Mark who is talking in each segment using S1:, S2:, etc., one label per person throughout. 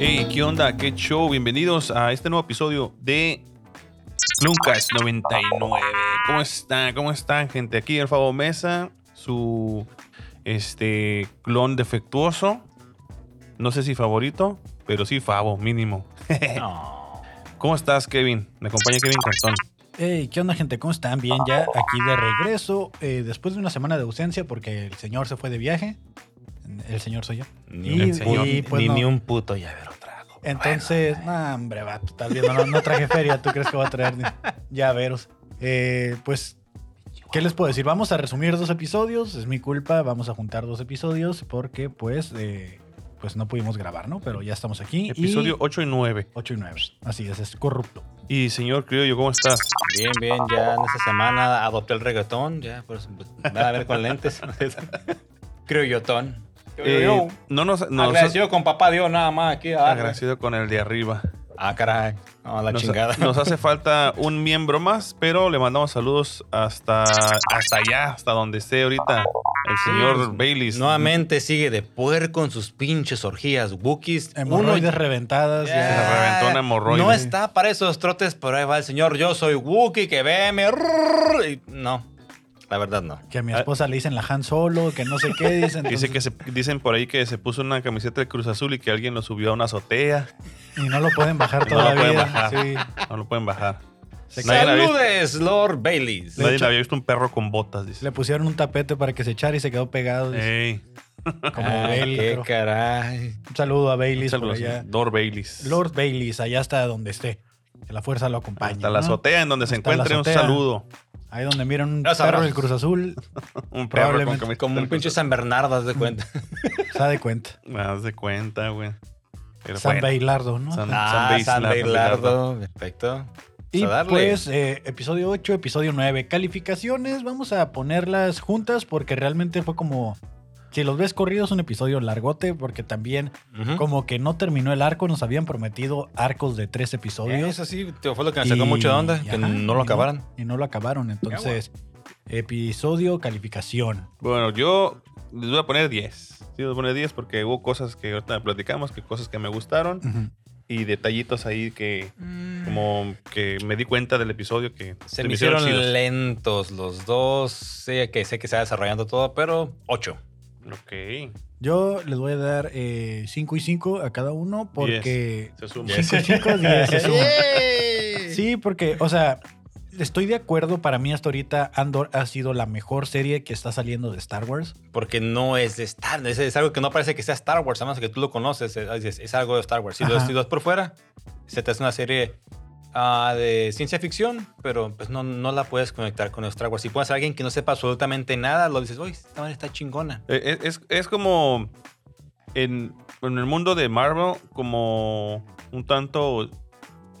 S1: Hey, ¿qué onda? ¿Qué show? Bienvenidos a este nuevo episodio de Cluncast 99. ¿Cómo están? ¿Cómo están, gente? Aquí el Fabo Mesa, su este clon defectuoso. No sé si favorito, pero sí Fabo, mínimo. ¿Cómo estás, Kevin? Me acompaña Kevin Cantón.
S2: Hey, ¿qué onda gente? ¿Cómo están? Bien, ya aquí de regreso, eh, después de una semana de ausencia porque el señor se fue de viaje. El señor soy yo.
S3: Ni,
S2: Y-
S3: un, puto,
S2: y, pues,
S3: ni,
S2: no.
S3: ni un puto llavero trago.
S2: Entonces, nah, hombre, vato, estás viendo, no, no traje feria, ¿tú crees que voy a traer ni- llaveros? Eh, pues, ¿qué les puedo decir? Vamos a resumir dos episodios, es mi culpa, vamos a juntar dos episodios porque pues, eh, pues no pudimos grabar, ¿no? Pero ya estamos aquí.
S1: Episodio 8 y 9.
S2: 8 y 9, así es, es corrupto.
S1: Y señor Criollo, ¿cómo estás?
S3: Bien, bien, ya en esta semana adopté el reggaetón, ya, pues me van a ver con lentes. Criollotón.
S1: Eh,
S3: Yo,
S1: no nos,
S3: yo,
S1: nos
S3: agradecido con papá Dios nada más aquí. ah,
S1: agradecido con el de arriba.
S3: Ah, caray. No, la
S1: nos,
S3: chingada.
S1: nos hace falta un miembro más, pero le mandamos saludos hasta, hasta allá, hasta donde esté ahorita el
S2: Ah,
S1: señor Baileys.
S3: Nuevamente sigue de poder con sus pinches orgías, Wookiees.
S2: Hemorroides reventadas.
S3: Ya.
S2: ya.
S1: Se reventó una hemorroide.
S3: No está para esos trotes, pero ahí va el señor. Yo soy Wookiee, que veme. y No, la verdad no.
S2: Que a mi esposa le dicen la Han Solo, que no sé qué dicen.
S1: Ah. Dice que se, dicen por ahí que se puso una camiseta de Cruz Azul y que alguien lo subió a una azotea.
S2: Y no lo pueden bajar
S1: No lo
S2: todavía.
S1: pueden bajar.
S2: sí.
S1: No lo pueden bajar.
S2: Se
S1: Nadie la había-
S3: Saludes, Lord Baileys.
S2: De
S1: Nadie
S2: hecho-
S1: le había visto un perro con botas, dice.
S2: Le pusieron un tapete para que se echara y se quedó pegado. dice,
S1: Ey, Eh.
S2: como
S3: Ah,
S2: velcro.
S3: qué caray.
S2: Un saludo a Baileys por
S1: saludos,
S2: allá.
S1: Dor Baileys.
S2: Lord Baileys, allá está donde esté. Que la fuerza lo acompañe.
S1: Hasta la
S2: ¿no?
S1: azotea en donde se
S2: Hasta la
S1: encuentre un
S2: azotea.
S1: saludo.
S2: Ahí donde miran un
S3: Los
S2: perro
S3: abrazos.
S2: del Cruz
S1: Un
S2: Azul,
S1: perro con
S2: Probablemente.
S1: camiseta.
S3: Como
S1: del
S3: un pinche
S1: Cruz
S3: San Bernardo, haz de cuenta.
S2: se da de cuenta.
S1: Azul. Me das de cuenta, güey. Pero
S2: San
S1: bueno.
S2: Bailardo, ¿no?
S1: San-
S3: Ah,
S1: Beis-
S3: San
S1: la-
S3: Bernardo. Perfecto.
S2: y
S3: a darle.
S2: pues, eh, episodio 8, episodio 9. Calificaciones, vamos a ponerlas juntas porque realmente fue como. Si los ves corridos, un episodio largote, porque también,
S3: Ujú.
S2: como que no terminó el arco, nos habían prometido arcos de tres episodios.
S3: Eso sí, te- fue lo que me sacó
S2: Y-
S3: mucho de onda, que
S2: ajá,
S3: no lo
S2: y
S3: acabaran.
S2: Y no lo acabaron. Entonces, episodio, calificación.
S1: Bueno, yo les voy a poner 10. Sí, les voy a poner 10 porque hubo cosas que ahorita platicamos, que cosas que me gustaron y detallitos ahí que como que me di cuenta del episodio que
S3: Se me hicieron
S1: chidos.
S3: lentos los dos. Sé que sé que se va desarrollando todo, pero ocho.
S1: Ok,
S2: Yo les voy a dar 5 y 5 a cada uno porque.
S1: se suma.
S2: 5 y 5, 10 se suman.
S3: ¡Yay!
S2: Sí, porque, o sea, estoy de acuerdo. Para mí, hasta ahorita, Andor ha sido la mejor serie que está saliendo de Star Wars.
S3: Porque no es de Star Wars. Es, es algo que no parece que sea Star Wars, a menos que tú lo conoces. Es, es- es algo de Star Wars. Si lo,
S2: Ajá.
S3: si lo ves por fuera, se te hace una serie ah, de ciencia ficción, pero pues no, no la puedes conectar con Star Wars. Si puedes a alguien que no sepa absolutamente nada, lo dices, uy, esta madre está chingona.
S1: Eh, Es, es- es como en, en el mundo de Marvel, como un tanto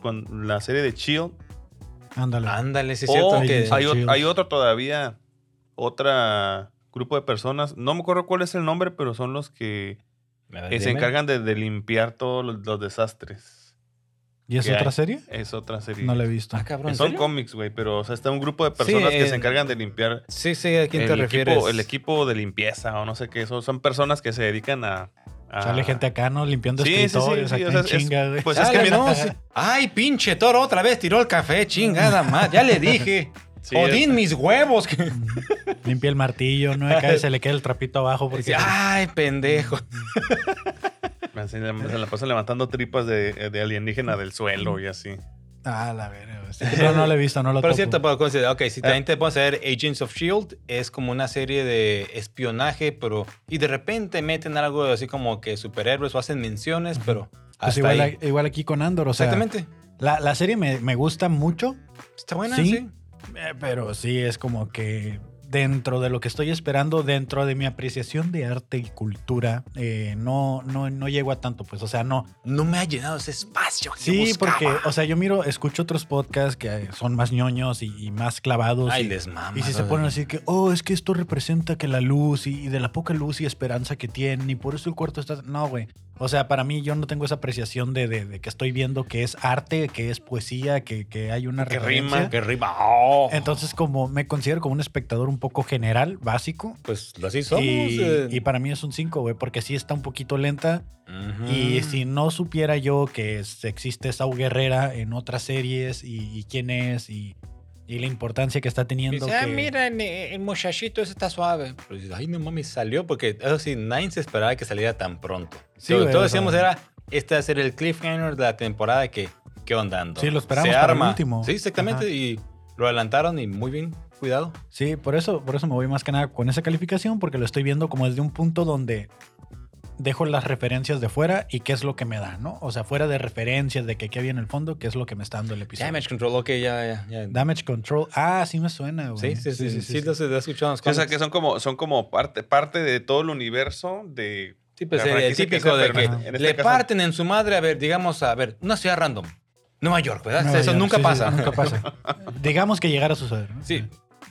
S1: con la serie de Shield.
S2: Ándale.
S3: Ándale, sí es
S1: o
S3: cierto.
S1: Oh, hay,
S3: Que,
S2: Ay,
S1: o-
S2: Shield.
S1: hay otro todavía, otra grupo de personas, no me acuerdo cuál es el nombre, pero son los que
S3: Me vas,
S1: eh, se
S3: Ah, dime.
S1: encargan de, de limpiar todos los, los desastres.
S2: ¿Y es
S1: ¿Qué
S2: otra
S1: hay?
S2: serie?
S1: Es otra serie.
S2: No la he visto.
S3: Ah, cabrón. ¿en
S1: Son
S3: serio?
S1: cómics, güey, pero o sea, está un grupo de personas que
S3: en-
S1: se encargan de limpiar
S3: Sí, sí, eh, ¿a quién
S1: el
S3: te
S1: equipo-
S3: refieres?
S1: el equipo de limpieza o no sé qué. Son, son personas que se dedican a. a-
S2: Sale gente acá, ¿no? Limpiando
S1: Sí, sí, sí,
S2: escritorios.
S1: sí,
S2: acá
S1: o sea,
S2: en
S1: es-
S2: chinga, güey.
S1: pues es que
S3: Chale,
S1: mira-
S3: no, sí. Ay, pinche toro, otra vez tiró el café, chingada más. Ya le dije.
S1: Sí,
S3: Odín,
S1: es-
S3: mis huevos. que-
S2: Limpia el martillo, ¿no? Acá se le queda el trapito abajo porque.
S3: Ay, pendejo.
S1: Se la, se la pasan levantando tripas de, de alienígena del suelo y así.
S2: Ah, la verga. güey. Sí, No, no lo he visto, no Eh. lo topo.
S3: Pero es cierto, pues, pero considera- ok, si también te pones a ver Agents of Shield, E es como una serie de espionaje, pero. Y de repente meten algo así como que superhéroes o hacen menciones, pero.
S2: Pues
S3: hasta
S2: igual,
S3: ahí.
S2: a- igual aquí con Andor, o sea.
S3: Exactamente.
S2: La, la serie me, me gusta mucho,
S3: Está buena,
S2: ¿sí?
S3: sí.
S2: eh, pero sí es como que dentro de lo que estoy esperando, dentro de mi apreciación de arte y cultura, eh, no, no, no llego a tanto, pues, o sea, no.
S3: No me ha llenado ese espacio. que
S2: Sí,
S3: buscaba.
S2: porque, o sea, yo miro, escucho otros podcasts que son más ñoños y, y más clavados.
S3: Ay,
S2: y,
S3: les mama.
S2: y si se
S3: ¿no?
S2: ponen a decir que, oh, es que esto representa que la luz y, y de la poca luz y esperanza que tienen y por eso el cuarto está... No, güey. O sea, para mí yo no tengo esa apreciación de, de- de que estoy viendo que es arte, que es poesía, que, que hay una
S1: Que
S2: referencia.
S1: rima,
S3: ¡Qué rima! ¡Oh!
S2: Entonces, como me considero como un espectador un poco general, básico.
S3: pues así somos.
S2: y,
S3: eh.
S2: y para mí es un 5, güey, porque sí está un poquito lenta.
S3: Ujú.
S2: Y si no supiera yo que es- existe Sau Guerrera en otras series y, y quién es y, y la importancia que está teniendo.
S3: Dice, ah,
S2: que-
S3: mira, el, el muchachito ese está suave. Pero dices, Pues ay, no mames, salió porque eso sí, nadie se esperaba que saliera tan pronto.
S2: Sí,
S3: Lo que
S2: güey,
S3: todos
S2: o sea,
S3: decíamos era, este va a ser el cliffhanger de la temporada que, ¿qué onda ando?
S2: Sí, lo esperamos
S3: Se
S2: para el
S3: arma.
S2: último.
S3: Sí, exactamente.
S2: Ajá.
S3: Y lo adelantaron y muy bien, cuidado.
S2: Sí, por eso, por eso me voy más que nada con esa calificación, porque lo estoy viendo como desde un punto donde dejo las referencias de fuera y qué es lo que me da, ¿no? O sea, fuera de referencias de que qué había en el fondo, qué es lo que me está dando el episodio.
S3: Damage Control, ok, ya, ya. ya.
S2: Damage Control. Ah, sí me suena, güey.
S3: Sí, sí, sí, sí, sí, lo he escuchado. en los
S1: Oh. O sea,
S3: cómics.
S1: que son como, son como parte, parte de todo el universo de...
S3: Sí, pues
S1: La
S3: el
S1: franquicia que
S3: típico
S1: sea,
S3: de
S1: pero
S3: que
S1: en este- en este
S3: le
S1: caso-
S3: parten en su madre, a ver, digamos, a ver, una ciudad random. Nueva York, ¿verdad?
S2: Nueva
S3: Ah, eso
S2: York,
S3: nunca
S2: sí, sí,
S3: pasa.
S2: nunca pasa. Digamos que llegara a suceder, ¿no?
S3: Sí.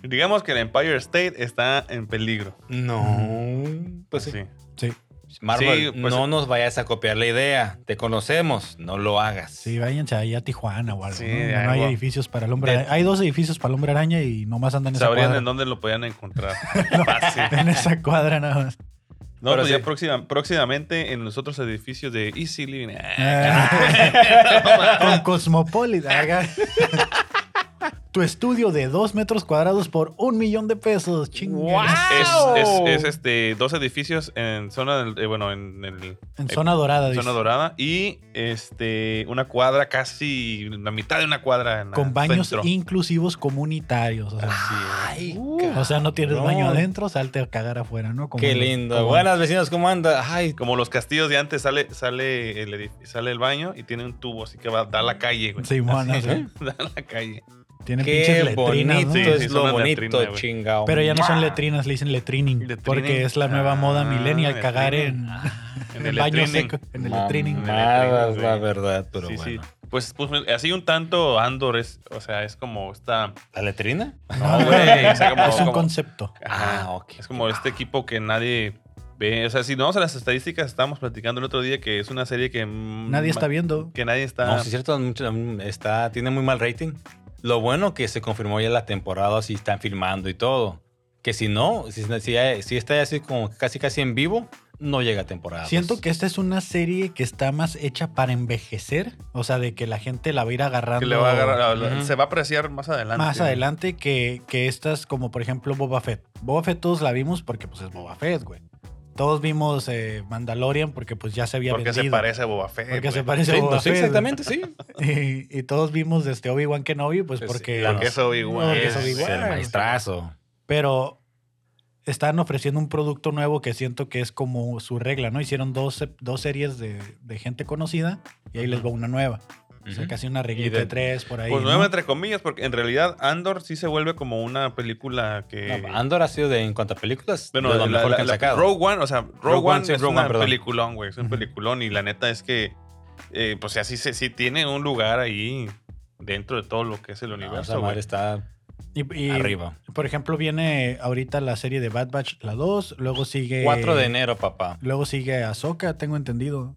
S1: Digamos que el Empire State está en peligro.
S3: No. Pues sí.
S1: Sí.
S2: Sí.
S1: Sí,
S3: Marvel,
S1: pues-
S3: no nos vayas a copiar la idea. Te conocemos, no lo hagas.
S2: Sí, váyanse ahí a Tijuana o algo.
S1: Sí,
S2: ¿no? Donde
S1: algo.
S2: no hay edificios para el hombre
S3: De-
S2: araña. Hay dos edificios para el hombre araña y nomás andan en esa
S1: Sabrían
S2: cuadra.
S1: en dónde lo podían encontrar. Fácil.
S2: En esa cuadra nada más.
S1: No,
S3: Pero
S1: pues
S3: sí.
S1: ya próxima- próximamente en los otros edificios de Easy Living. Ah,
S2: Con Cosmopolitan. haga. tu estudio de dos metros cuadrados por un millón de pesos. Chinga.
S1: Es,
S3: ¡Wow!
S1: es- es, este, dos edificios en zona, del- eh, bueno, en el
S2: En zona dorada, dice.
S1: zona dorada y este, una cuadra casi, la mitad de una cuadra. En la-
S2: Con baños
S1: centro.
S2: inclusivos comunitarios. O sea,
S3: Ay,
S2: Uh, o sea, no tienes baño
S3: cabrón.
S2: adentro, salte a cagar afuera, ¿no? Como
S3: Qué
S2: en los-
S3: lindo.
S2: como-
S3: Buenas vecinos, ¿cómo anda? Ay,
S1: Como los castillos de antes, sale, sale, el, edif- sale el baño y tiene un tubo, así que va a dar la calle, güey.
S2: Simón,
S1: Así,
S2: o sea,
S1: da la calle.
S2: tiene pinches
S3: qué
S2: letrinas,
S3: bonito
S2: ¿no?
S1: Sí, sí,
S3: es
S1: son
S3: lo
S1: una
S3: bonito,
S1: letrina, güey.
S3: chingao.
S2: Pero ya no son
S3: ¡Mua!
S2: letrinas, le dicen letrining.
S1: Letrining.
S2: Porque es la nueva moda
S1: Ah,
S2: millennial cagar en, en el baño
S1: letrining.
S2: seco, en el
S3: Mamadas,
S2: letrining.
S1: En el letrining,
S3: la
S1: güey.
S3: verdad, pero
S1: sí,
S3: bueno.
S1: sí. Pues, pues, así un tanto Andor es, o sea, es como esta...
S3: ¿La letrina?
S1: No, güey. o sea, como-
S2: es un
S1: como-
S2: concepto.
S1: Ajá.
S3: Ah, ok.
S1: Es como este equipo que nadie ve. O sea, si vamos a las estadísticas, estábamos platicando el otro día que es una serie que. mm,
S2: Nadie está viendo.
S1: Que nadie está.
S3: No, sí es cierto, mucho- mm, está, tiene muy mal rating. Lo bueno que se confirmó ya la temporada, si están filmando y todo. Que si no, si, si, si está así como casi casi en vivo, no llega a temporada.
S2: Siento
S3: dos.
S2: que esta es una serie que está más hecha para envejecer. O sea, de que la gente la va a ir agarrando
S1: que le va a agarrar-
S3: Ujú.
S1: Se va a apreciar más adelante.
S2: más adelante que, que estas, como por ejemplo Boba Fett. Boba Fett todos la vimos porque pues es Boba Fett, güey. Todos vimos eh, Mandalorian porque pues ya se había
S1: Porque se
S2: vendido.
S1: parece a Boba Fett.
S2: porque se
S1: güey.
S2: parece a
S3: Sí,
S2: Boba
S3: no, sí,
S2: Fett, güey.
S3: exactamente, sí.
S2: Y, y todos vimos desde Obi-Wan Kenobi, pues
S3: Pues,
S2: porque.
S3: claro.
S1: Porque es Obi-Wan.
S2: Porque es
S1: Es
S2: Obi-Wan.
S1: el
S3: el maestrazo.
S2: Pero están ofreciendo un producto nuevo que siento que es como su regla, ¿no? Hicieron dos, dos series de, de gente conocida y ahí les va una nueva. O sea,
S3: Ujú.
S2: casi una
S1: Y
S2: reglita
S1: de-
S2: de tres por ahí.
S1: Pues
S2: ¿no?
S1: nueva entre comillas, porque en realidad Andor sí se vuelve como una película que.
S3: No, Andor ha sido de, en cuanto a películas,
S1: bueno,
S3: de lo
S1: la-
S3: mejor
S1: la-
S3: que han
S1: la-
S3: sacado.
S1: Rogue One, o sea, Rogue,
S3: Rogue One,
S1: One
S3: sí,
S1: es
S3: Rogue
S1: una
S3: One, perdón.
S1: peliculón, güey. Es un
S2: Ujú.
S1: peliculón y la neta es que. eh, pues así se, sí tiene un lugar ahí dentro de todo lo que es el
S3: No,
S1: universo.
S3: Ah, esa madre
S1: güey.
S3: está
S2: Y, y,
S3: arriba.
S2: Por ejemplo, viene ahorita la serie de Bad Batch, la 2. Luego sigue.
S3: 4 de enero, papá.
S2: Luego sigue Ahsoka, tengo entendido.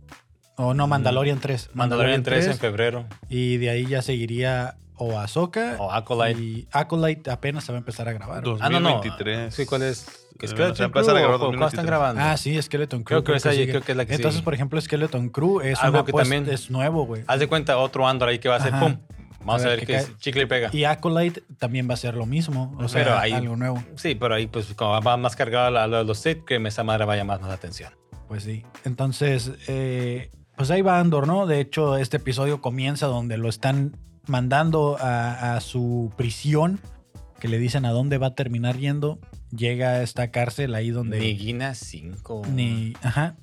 S2: O no, Mandalorian 3.
S3: Mandalorian 3 en febrero.
S2: Y de ahí ya seguiría o Ahsoka.
S3: O Acolyte.
S2: Y Acolyte apenas se va a empezar a grabar.
S3: Ah, no, no.
S1: 2023.
S3: Sí, ¿cuál es?
S1: Eh,
S3: ¿Es
S1: se
S3: que
S1: va a empezar a grabar
S3: ¿Cuándo están
S1: 2023?
S3: grabando?
S2: Ah, sí, Skeleton Crew.
S3: Creo que esa-
S2: sigue.
S3: creo que es la que
S2: Entonces,
S3: sigue.
S2: por ejemplo, Skeleton Crew es
S3: Algo
S2: una
S3: que
S2: apuesta-
S3: también-
S2: es nuevo, güey.
S3: Haz de cuenta otro Andor ahí que va a hacer
S2: Ajá.
S3: pum. Vamos a ver, qué
S2: cae.
S3: es chicle y pega.
S2: Y Acolyte también va a ser lo mismo. O sea,
S3: Pero ahí-
S2: algo nuevo.
S3: Sí, pero ahí pues como va más cargado la, la- los Sith, que esa madre vaya más, más la atención.
S2: Pues sí. Entonces, eh, pues ahí va Andor, ¿no? De hecho, este episodio comienza donde lo están mandando a, a su prisión, que le dicen a dónde va a terminar yendo. Llega a esta cárcel ahí donde...
S3: Niguina 5.
S2: ni- ajá.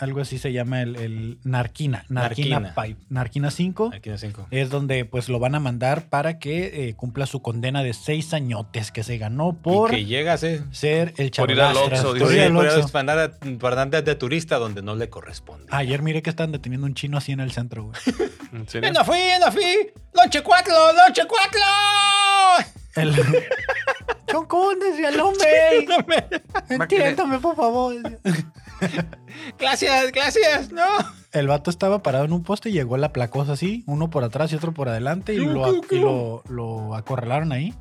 S2: Algo así se llama el, el Narquina. Narquina,
S3: Narquina.
S2: Pipe. Narquina 5.
S3: Niguina 5.
S2: Es donde pues lo van a mandar para que eh, cumpla su condena de seis añotes que se ganó por
S3: Y que llegas, eh.
S2: ser el
S1: Por ir al
S2: charolastra.
S1: Oxxo,
S3: Pues
S2: Por ir
S1: dice.
S2: al
S3: por
S2: Oxxo.
S3: andar, a- por andar de turista donde no le corresponde.
S2: Ayer miré que estaban deteniendo un chino así en el centro, güey.
S1: ¿En
S3: Yo
S1: serio?
S3: no fui, yo no fui. ¡Lonche cuatro, lonche cuatro!
S2: El... Chocón, decía el hombre.
S3: No me-
S2: Entiéndame, por favor.
S3: Gracias, gracias, no.
S2: El vato estaba parado en un poste y llegó la placosa así, uno por atrás y otro por adelante, y,
S3: Clum,
S2: lo,
S3: clum,
S2: y lo- lo acorralaron ahí.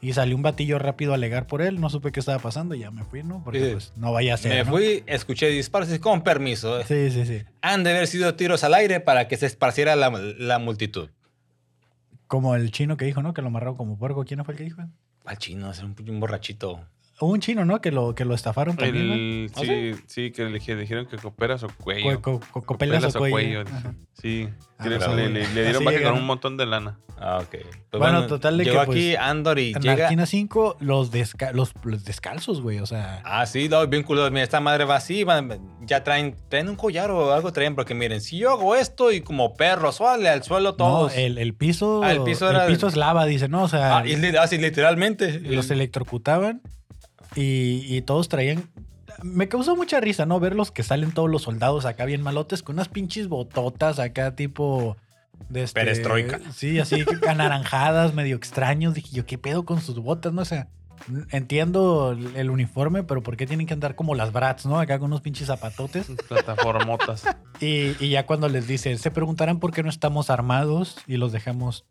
S2: Y salió un batillo rápido a alegar por él, no supe qué estaba pasando, y ya me fui, ¿no? Porque
S3: Sí.
S2: pues no vaya a ser.
S3: Me
S2: ¿no?
S3: fui, escuché disparos y con permiso.
S2: Sí, sí, sí.
S3: Han de haber sido tiros al aire para que se esparciera la, la multitud.
S2: Como el chino que dijo, ¿no? Que lo amarraron como puerco. ¿Quién fue el que dijo?
S3: Al chino, es un, un borrachito.
S2: Hubo un chino, ¿no? Que lo, que lo estafaron también. ¿no?
S1: El-
S3: ¿Ah,
S1: sí, sí, que le dije- dijeron que cooperas o cuello.
S2: Co- co- co- copelas o cuello.
S1: dije.
S2: Ajá.
S1: Sí,
S2: Ah,
S1: que le,
S2: bravo.
S1: le- le- le dieron
S2: Así
S1: baje con
S2: llegaron.
S1: un montón de lana.
S3: Ah, ok. Pues
S2: Bueno, total de
S3: llegó
S2: que,
S3: aquí
S2: pues,
S3: Andor y
S2: En la
S3: llega.
S2: esquina 5, los, desca- los, los descalzos, güey. O sea,
S3: Ah, sí, los vínculos. Mira, esta madre va así. van- ya traen, traen un collar o algo traen. Porque miren, si yo hago esto y como perro, suele al suelo
S2: no, eh,
S3: todos.
S2: el, el piso.
S3: Ah,
S2: el
S3: el
S2: piso,
S3: piso era-
S2: es lava, dice, ¿no? O sea,
S3: Ah, y li- así literalmente.
S2: eh, los electrocutaban y, y todos traían. Me causó mucha risa, ¿no? Ver los que salen todos los soldados acá bien malotes con unas pinches bototas acá tipo. De este-
S3: Perestroika.
S2: Sí, así que anaranjadas, medio extraños. Dije yo, ¿qué pedo con sus botas? No o sea, n- entiendo el el uniforme, pero ¿por qué tienen que andar como las brats, no? Acá con unos pinches zapatotes.
S1: Plataformotas.
S2: Y, y ya cuando les dicen, se preguntarán por qué no estamos armados y los dejamos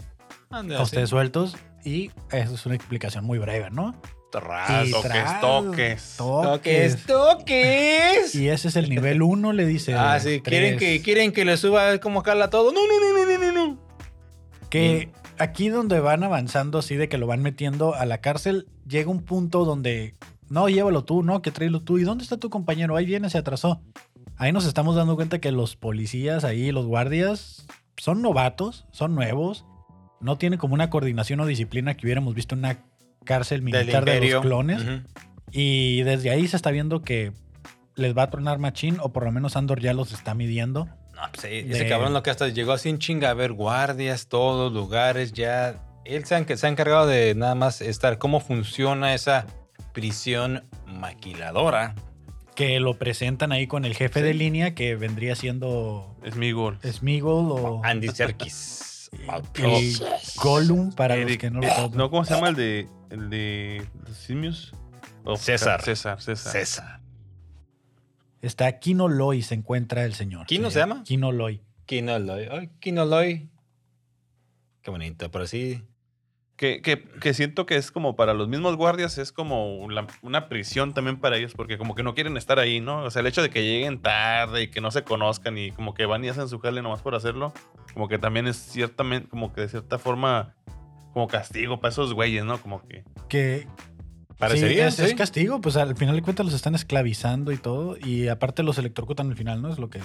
S3: Ande,
S2: a
S3: así.
S2: ustedes sueltos. Y eso es una explicación muy breve, ¿no?
S3: Tras.
S2: Y
S1: toques,
S2: tras,
S1: toques.
S2: toques.
S3: toques.
S2: Y ese es el nivel 1, le dice.
S3: Ah, sí, quieren
S2: tres.
S3: que, quieren que le suba a ver cómo cala todo. No, no, no, no, no, no, no.
S2: Que aquí donde van avanzando así de que lo van metiendo a la cárcel, llega un punto donde, no, llévalo tú, no, que tráelo tú. ¿Y dónde está tu compañero? Ahí viene, se atrasó. Ahí nos estamos dando cuenta que los policías ahí, los guardias, son novatos, son nuevos, no tienen como una coordinación o disciplina que hubiéramos visto en una cárcel militar de los clones.
S3: Ujú.
S2: Y desde ahí se está viendo que les va a tronar machín, o por lo menos Andor ya los está midiendo.
S3: No, pues, eh, ese
S2: De-
S3: cabrón lo que hasta llegó así en chinga a ver guardias, todos lugares, ya. Él se ha, enc- se ha encargado de nada más estar cómo funciona esa prisión maquiladora.
S2: que lo presentan ahí con el jefe de línea que vendría siendo
S1: Es mi gol.
S2: Smigol o
S3: Andy Serkis.
S2: Oh. el Gollum para los
S1: Eric.
S2: que no lo conocen.
S1: No, ¿cómo se llama el de, el de los simios? Oh,
S3: César.
S1: César, César.
S3: César.
S2: Está Kino Loy se encuentra el señor.
S3: ¿Kino se llama?
S2: Kino Loy.
S3: Kinoloy. Ay, Kinoloy. Qué bonito, pero sí.
S1: Que, que, que siento que es como para los mismos guardias, es como la- una prisión también para ellos, porque como que no quieren estar ahí, ¿no? O sea, el hecho de que lleguen tarde y que no se conozcan y como que van y hacen su jale nomás por hacerlo, como que también es ciertamente, como que de cierta forma, como castigo para esos güeyes, ¿no? Como que
S2: Que
S3: Parecería,
S2: sí,
S3: sí.
S2: es, es castigo, pues al final de cuentas los están esclavizando y todo. Y aparte los electrocutan al final, ¿no? Es lo que.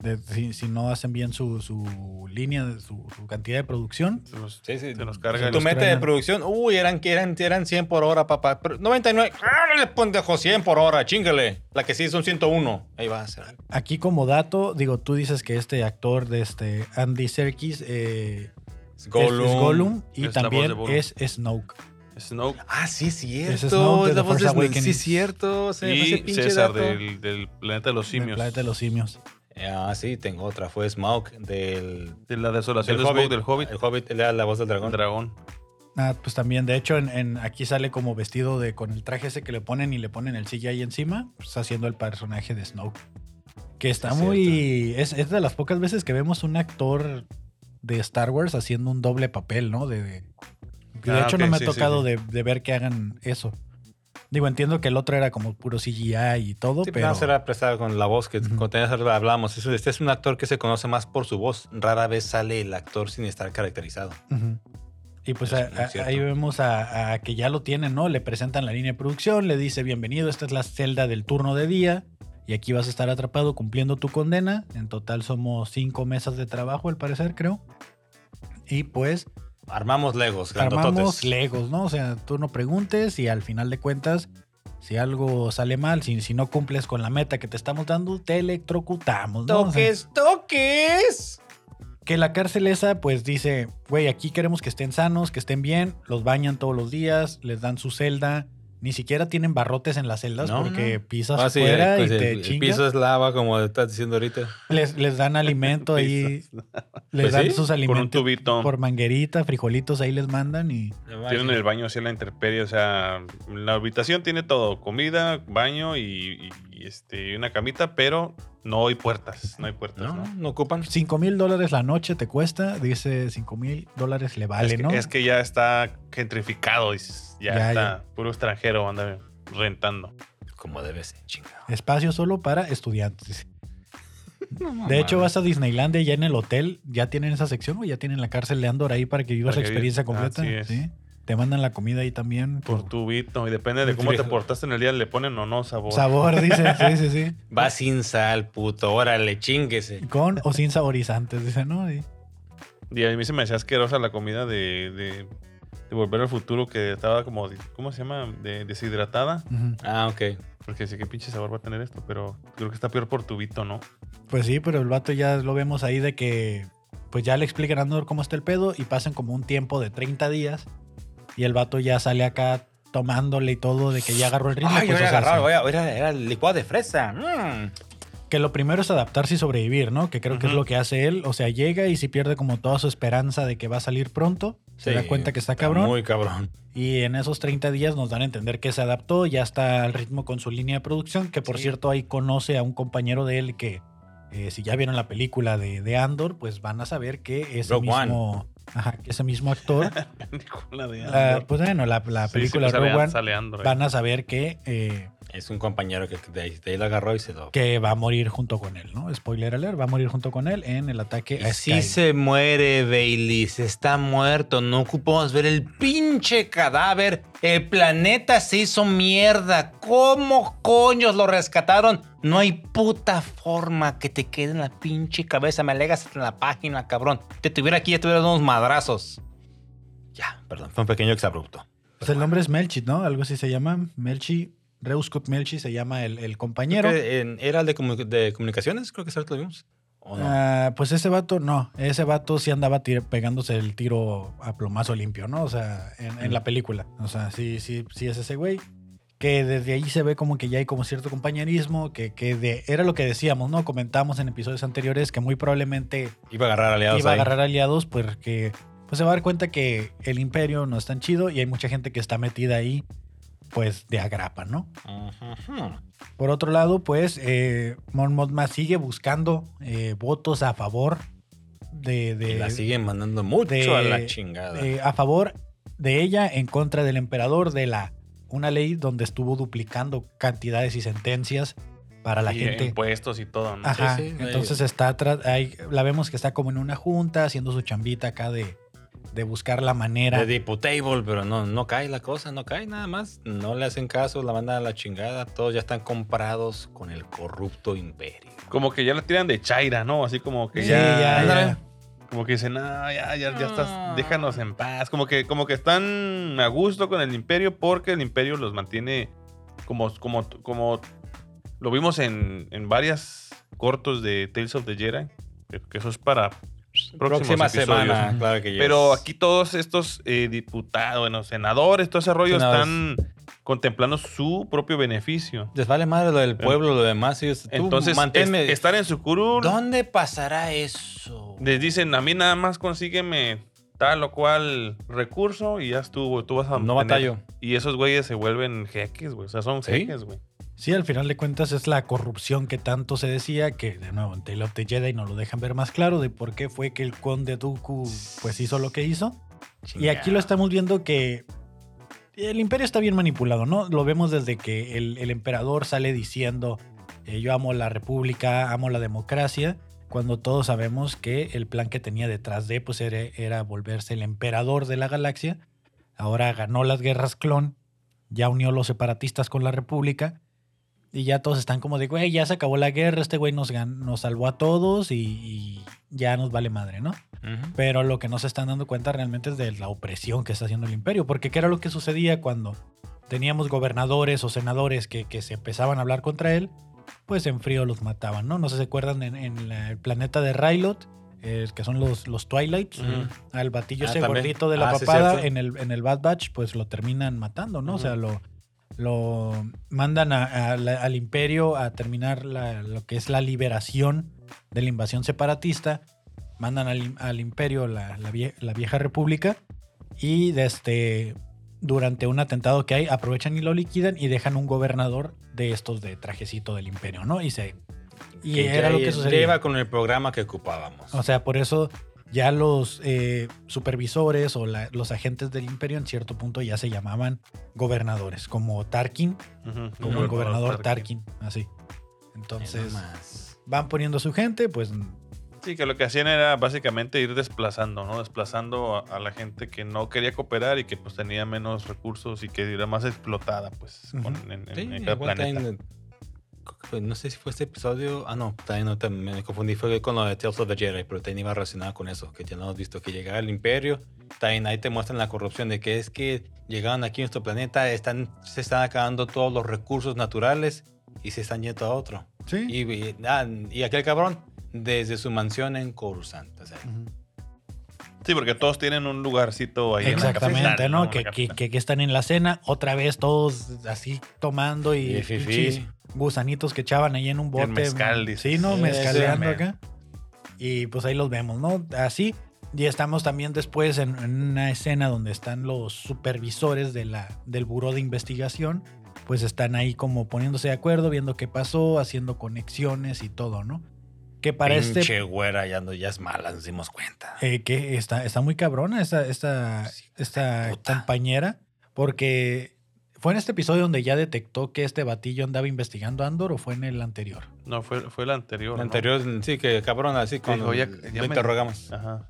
S2: de- si, si no hacen bien su, su línea, su, su cantidad de producción.
S1: se los,
S3: Sí, sí.
S1: se los cargan.
S3: Tu
S2: Los
S3: meta de
S2: truenan.
S3: producción, uy, eran, eran, eran 100 por hora, papá. Pero 99, ¡ah, le pendejo, 100 por hora, chingale. La que sí son 101. Ahí va a ser.
S2: Aquí como dato, digo, tú dices que este actor de este Andy Serkis eh, es-
S3: Es
S2: es Gollum
S1: Es
S2: y
S1: la voz
S2: también
S1: de Gollum.
S2: es Snoke.
S1: Snow
S3: Ah, sí, es
S2: Es
S3: cierto.
S2: Snoke de
S3: es
S2: The
S3: la voz
S2: Force
S3: de Snoke.
S2: Awakens.
S3: Sí, es cierto. Se me fue ese
S1: y
S3: pinche
S1: César
S3: dato.
S1: del, del planeta de los
S2: del
S1: simios.
S2: planeta de los simios.
S3: Ah, sí, tengo otra. Fue Smaug del.
S1: De la desolación
S3: del
S1: de Smaug del Hobbit.
S3: El Hobbit era la voz del dragón.
S1: El dragón.
S2: Ah, pues también, de hecho, en, en- aquí sale como vestido de con el traje ese que le ponen y le ponen el CGI encima, pues haciendo el personaje de Snow. Que está
S3: Es
S2: muy. Es, es de las pocas veces que vemos un actor de Star Wars haciendo un doble papel, ¿no? De, de, de
S1: Ah,
S2: hecho,
S1: ok,
S2: no me
S1: sí,
S2: ha
S1: sí,
S2: tocado
S1: sí.
S2: De, de ver que hagan eso. Digo, entiendo que el otro era como puro CGI y todo,
S1: pues,
S3: Sí, pero
S2: pero.
S3: no será prestado con la voz que
S2: Ujú.
S3: con tenías hablamos. Eso- Este es un actor que se conoce más por su voz. Rara vez sale el actor sin estar caracterizado.
S2: Ujú. Y pues
S3: Es
S2: a-
S3: muy
S2: a-
S3: cierto.
S2: ahí vemos a, a que ya lo tienen, ¿no? Le presentan la línea de producción, le dice bienvenido, esta es la celda del turno de día y aquí vas a estar atrapado cumpliendo tu condena. En total somos cinco mesas de trabajo, al parecer, creo. Y pues
S3: Armamos Legos,
S2: armamos
S3: grandototes.
S2: legos, ¿no? O sea, tú no preguntes y al final de cuentas, si algo sale mal, si, si no cumples con la meta que te estamos dando, te electrocutamos, ¿no? O sea,
S3: toques.
S2: que la cárcel esa pues dice, güey, aquí queremos que estén sanos, que estén bien, los bañan todos los días, les dan su celda, ni siquiera tienen barrotes en las celdas
S3: No,
S2: porque
S3: no.
S2: pisas
S3: Ah, sí,
S2: fuera
S3: pues
S2: y
S3: el,
S2: te
S3: el
S2: chingas.
S3: piso es lava, como estás diciendo ahorita.
S2: Les, les dan alimento ahí,
S1: Pisas.
S2: Les
S3: Pues
S2: dan
S3: sí,
S2: sus
S1: Por un
S2: alimentos
S1: tubito.
S2: por manguerita, frijolitos, ahí les mandan y
S1: Tienen el baño así en la intemperie, o sea, la habitación tiene todo, comida, baño y, y, este, una camita, pero no hay puertas, no hay puertas,
S3: No,
S1: ¿no?
S3: no ocupan.
S2: 5 mil dólares la noche te cuesta, dice 5 mil dólares le vale,
S1: es, que,
S2: ¿no?
S1: es que ya está gentrificado, dices, ya,
S2: Ya,
S1: está, puro extranjero anda rentando.
S3: Como debe ser, chingado.
S2: Espacio solo para estudiantes. dice. De hecho, vas a Disneylandia ya en el hotel, ya tienen esa sección o ya tienen la cárcel de Andor ahí para que vivas
S1: Para
S2: la
S1: que
S2: experiencia
S1: vi-
S2: completa.
S1: así es.
S2: ¿sí? Te mandan la comida ahí también.
S1: por
S2: tu
S1: tubito, y depende de cómo te
S3: Frijol.
S1: portaste en el día, le ponen o no sabor.
S2: sabor, dice. Sí, sí, sí.
S3: Va sin sal, puto. Órale, chinguese.
S2: Con o sin saborizantes, dice, ¿no? Y-
S1: Y a mí se me hacía asquerosa la comida de, de, de Volver al Futuro, que estaba como, ¿cómo se llama? De- deshidratada.
S2: ujú.
S3: Ah, ok.
S1: Porque sé qué pinche sabor va a tener esto, pero creo que está peor por tubito, ¿no?
S2: Pues sí, pero el vato ya lo vemos ahí de que pues ya le explican a Andor cómo está el pedo y pasan como un tiempo de 30 días y el vato ya sale acá tomándole y todo de que ya agarró el ritmo.
S3: Ay, yo
S2: pues,
S3: voy a
S2: o sea,
S3: agarrar,
S2: sí.
S3: voy a- era, era el licuado de fresa. Mm.
S2: Que lo primero es adaptarse y sobrevivir, ¿no? Que creo que es
S1: Ujú.
S2: lo que hace él. O sea, llega y si pierde como toda su esperanza de que va a salir pronto, se
S3: Sí,
S2: da cuenta que está cabrón.
S3: Muy cabrón.
S2: Y en esos 30 días nos dan a entender que se adaptó, ya está al ritmo con su línea de producción, que por
S3: Sí.
S2: cierto ahí conoce a un compañero de él que eh, si ya vieron la película de, de Andor, pues van a saber que ese,
S3: Rogue One.
S2: mismo, ajá, que ese mismo actor,
S1: Película de
S2: la- pues bueno, la, la película
S1: de
S2: Rogue One, van a saber que, eh,
S3: Es un compañero que de ahí, de ahí lo agarró y se lo.
S2: que va a morir junto con él, ¿no? Spoiler alert, va a morir junto con él en el ataque a
S3: Y sí
S2: Skyrim.
S3: se muere, Bailey. Se está muerto. No ocupamos ver el pinche cadáver. El planeta se hizo mierda. ¿Cómo coños lo rescataron? No hay puta forma que te quede en la pinche cabeza. Me alegas hasta en la página, cabrón. Te tuviera aquí, ya te hubiera dado unos madrazos. Ya, perdón. Fue un pequeño exabrupto.
S2: Pues el nombre es Melchit, ¿no? Algo así se llama, Melchi, Reuskop Melchi se llama el, el compañero.
S3: Creo que, en- era el de, comu- de comunicaciones, creo que es el que lo vimos. ¿O no?
S2: Ah, pues ese vato no, ese vato sí andaba tir- pegándose el tiro a plomazo limpio, ¿no? O sea, en, en la película. O sea, sí, sí, sí es ese güey. Que desde ahí se ve como que ya hay como cierto compañerismo, que, que de- era lo que decíamos, ¿no? Comentamos en episodios anteriores que muy probablemente
S3: Iba a agarrar aliados.
S2: iba a
S3: ahí.
S2: agarrar aliados porque pues, se va a dar cuenta que el imperio no es tan chido y hay mucha gente que está metida ahí, pues de agrapa, ¿no?
S3: Ujú.
S2: Por otro lado, pues eh, Mon Mothma sigue buscando eh, votos a favor de, de-
S3: Y la siguen mandando mucho
S2: de-
S3: a la chingada.
S2: de- a favor de ella en contra del emperador de la una ley donde estuvo duplicando cantidades y sentencias para la gente.
S1: Impuestos y todo, ¿no?
S2: Ajá.
S3: sí, no hay-
S2: Entonces está atrás, ahí la vemos que está como en una junta haciendo su chambita acá de, de buscar la manera.
S3: de Diputable, pero no, no cae la cosa, no cae nada más. No le hacen caso, la mandan a la chingada. Todos ya están comprados con el corrupto imperio.
S1: Como que ya la tiran de chaira, ¿no? Así como que
S2: Sí,
S1: ya, ¿eh?
S2: ya,
S3: ándale.
S2: ya.
S1: Como que dicen, no, ya, ya, ya
S3: Ah.
S1: estás, déjanos en paz. Como que, como que están a gusto con el imperio porque el imperio los mantiene como, como, como lo vimos en, en varias cortos de Tales of the Jedi. que- Que eso es para próximos
S3: Próxima
S1: episodios.
S3: semana,
S2: Ujú.
S3: claro que ya
S1: Pero
S3: es.
S1: aquí todos estos eh, diputados, bueno, senadores, todo ese rollo
S3: Senadores.
S1: están contemplando su propio beneficio.
S3: Les vale madre lo del pueblo, lo demás. ellos- tú
S1: Eh. Entonces,
S3: manténme-
S1: es- estar en su curul,
S3: ¿Dónde pasará eso?
S1: les dicen, a mí nada más consígueme tal o cual recurso y ya estuvo, tú vas a...
S3: No
S1: tener".
S3: batallo.
S1: Y esos güeyes se vuelven jeques, güey. O sea, son
S3: ¿Sí?
S1: jeques, güey.
S2: Sí, al final de cuentas es la corrupción que tanto se decía, que de nuevo en Tale of the Jedi nos lo dejan ver más claro de por qué fue que el conde Dooku pues hizo lo que hizo. Y aquí lo estamos viendo que el imperio está bien manipulado, ¿no? Lo vemos desde que el, el emperador sale diciendo eh, yo amo la república, amo la democracia, cuando todos sabemos que el plan que tenía detrás de pues era, era volverse el emperador de la galaxia. Ahora ganó las guerras clon, ya unió los separatistas con la república. Y ya todos están como de, güey, ya se acabó la guerra, este güey nos, gan- nos salvó a todos y- y ya nos vale madre, ¿no?
S3: Ujú.
S2: Pero lo que no se están dando cuenta realmente es de la opresión que está haciendo el imperio. Porque ¿qué era lo que sucedía cuando teníamos gobernadores o senadores que, que se empezaban a hablar contra él? Pues en frío los mataban, ¿no? No sé si se acuerdan en, en la- el planeta de Rylot, eh, que son los, los Twilights.
S1: Ujú.
S2: Al batillo
S3: Ah,
S2: ese
S3: también.
S2: gordito de la
S3: Ah, sí,
S2: papada
S3: cierto.
S2: en, el, en el Bad Batch, pues lo terminan matando, ¿no? O
S1: Ujú.
S2: sea, lo, lo mandan a- a la- al imperio a terminar la- lo que es la liberación de la invasión separatista mandan al, al imperio la, la vie- la vieja república y desde, durante un atentado que hay aprovechan y lo liquidan y dejan un gobernador de estos de trajecito del imperio, ¿no? Y se... Y
S3: Que
S2: era
S3: ya
S2: lo que sucedía.
S3: Lleva con el programa que ocupábamos.
S2: O sea, por eso ya los eh, supervisores o la- los agentes del imperio en cierto punto ya se llamaban gobernadores, como Tarkin,
S1: Ujú.
S2: como el gobernador Tarkin, así.
S3: Entonces,
S2: Entonces van poniendo su gente, pues
S1: Sí, que lo que hacían era básicamente ir desplazando, ¿no? Desplazando a, a la gente que no quería cooperar y que pues tenía menos recursos y que era más explotada, pues,
S2: Ujú.
S1: con- en, en-
S3: sí,
S1: en cada
S3: igual
S1: planeta.
S3: también, creo que fue- no sé si fue este episodio. Ah, no, también no, también me confundí. Fue con lo de Tales of the Jedi, pero también iba relacionado con eso, que ya lo hemos visto, que llegaba el imperio. También ahí te muestran la corrupción de que es que llegaron aquí a nuestro planeta, están, se están acabando todos los recursos naturales y se están yendo a otro.
S2: sí.
S3: Y, y- ah, y aquel cabrón desde su mansión en Coruscant. o sea,
S2: Ujú.
S1: Sí, porque todos tienen un lugarcito ahí. en la
S2: Exactamente,
S1: capital,
S2: ¿no?
S1: En
S2: Que,
S1: la
S2: que,
S1: capital.
S2: que- que están en la cena, otra vez todos así tomando y,
S3: Y fifí.
S2: pinches gusanitos que echaban ahí en un bote.
S1: El mezcal, dice.
S2: Sí, ¿no?
S3: Sí,
S2: Mezcaleando
S1: sí,
S2: acá. Y pues ahí los vemos, ¿no? Así. Y estamos también después en, en una escena donde están los supervisores de la, del buró de investigación. Pues están ahí como poniéndose de acuerdo, viendo qué pasó, haciendo conexiones y todo, ¿no? Que para este
S3: pinche güera ya, no, ya es mala, nos dimos cuenta.
S2: eh, que está, está muy cabrona esta, esta,
S3: Sí,
S2: esta
S3: puta.
S2: compañera, porque fue en este episodio donde ya detectó que este batillo andaba investigando a Andor o fue en el anterior.
S1: No, fue, fue el anterior.
S3: El
S1: ¿no?
S3: anterior, sí, que cabrón, así cuando
S1: Dijo, ya-
S3: lo
S1: ya me-
S3: interrogamos.
S1: Ajá.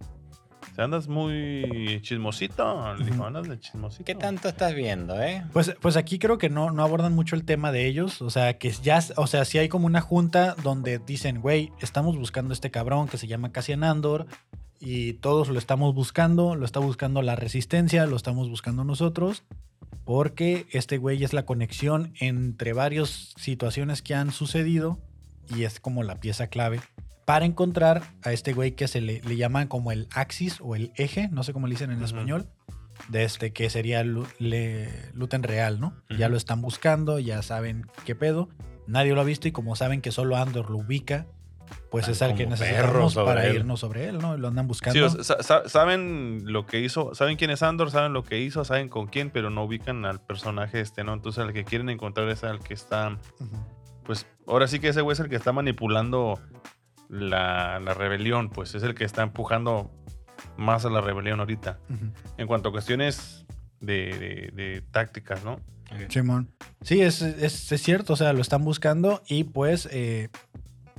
S1: O sea, andas muy chismosito. Le dijo,
S2: Ujú.
S1: andas de chismosito.
S3: ¿Qué tanto estás viendo, eh?
S2: Pues, pues aquí creo que no, no abordan mucho el tema de ellos, o sea, que ya, o sea, sí hay como una junta donde dicen, güey, estamos buscando a este cabrón que se llama Cassian Andor y todos lo estamos buscando, lo está buscando la resistencia, lo estamos buscando nosotros. porque este güey es la conexión entre varias situaciones que han sucedido y es como la pieza clave para encontrar a este güey que se le, le llaman como el axis o el eje, no sé cómo le dicen en
S1: Ujú.
S2: español, de este que sería Lu- le- Luten Real, ¿no? Ya
S3: Ujú.
S2: lo están buscando, ya saben qué pedo, nadie lo ha visto y como saben que solo Andor lo ubica, pues
S3: Están
S2: es al que
S3: como
S2: necesitamos
S3: perros sobre
S2: para
S3: él.
S2: irnos sobre él, ¿no? Lo andan
S1: Sí,
S2: buscando.
S1: o sea, sa- sa- saben lo que hizo, saben quién es Andor, saben lo que hizo, saben con quién, pero no ubican al personaje este, ¿no? Entonces, al que quieren encontrar es al que está.
S2: Ujú.
S1: Pues ahora sí que ese güey es el que está manipulando la, la rebelión, pues es el que está empujando más a la rebelión ahorita.
S2: Ujú.
S1: En cuanto a cuestiones de, de- de tácticas, ¿no?
S2: Simón. Sí, es, es, es cierto, o sea, lo están buscando y pues eh,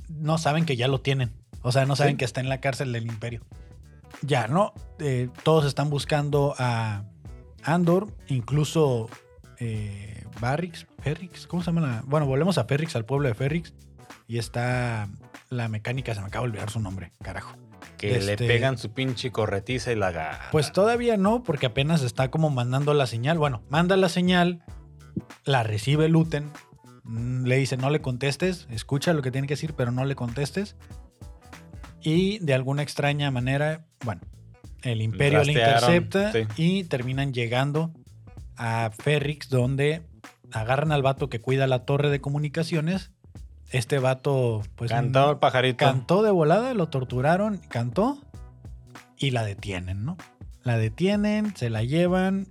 S2: no saben que ya lo tienen. O sea, no saben
S1: Sí.
S2: que está en la cárcel del imperio. Ya, ¿no? Eh, todos están buscando a Andor, incluso eh, Barrix, Ferrix, ¿cómo se llama? la- Bueno, volvemos a Ferrix, al pueblo de Ferrix. Y está la mecánica, se me acaba de olvidar su nombre, carajo.
S3: Que le
S2: Este-
S3: pegan su pinche corretiza y la agarran.
S2: Pues todavía no, porque apenas está como mandando la señal. Bueno, manda la señal, la recibe Luten, mm, le dice no le contestes, escucha lo que tiene que decir, pero no le contestes. Y de alguna extraña manera, bueno, el imperio le
S3: Rastrearon,
S2: intercepta
S3: sí.
S2: y terminan llegando a Ferrix, donde agarran al vato que cuida la torre de comunicaciones. Este vato, pues...
S3: Cantado el pajarito.
S2: Cantó de volada, lo torturaron, cantó y la detienen, ¿no? La detienen, se la llevan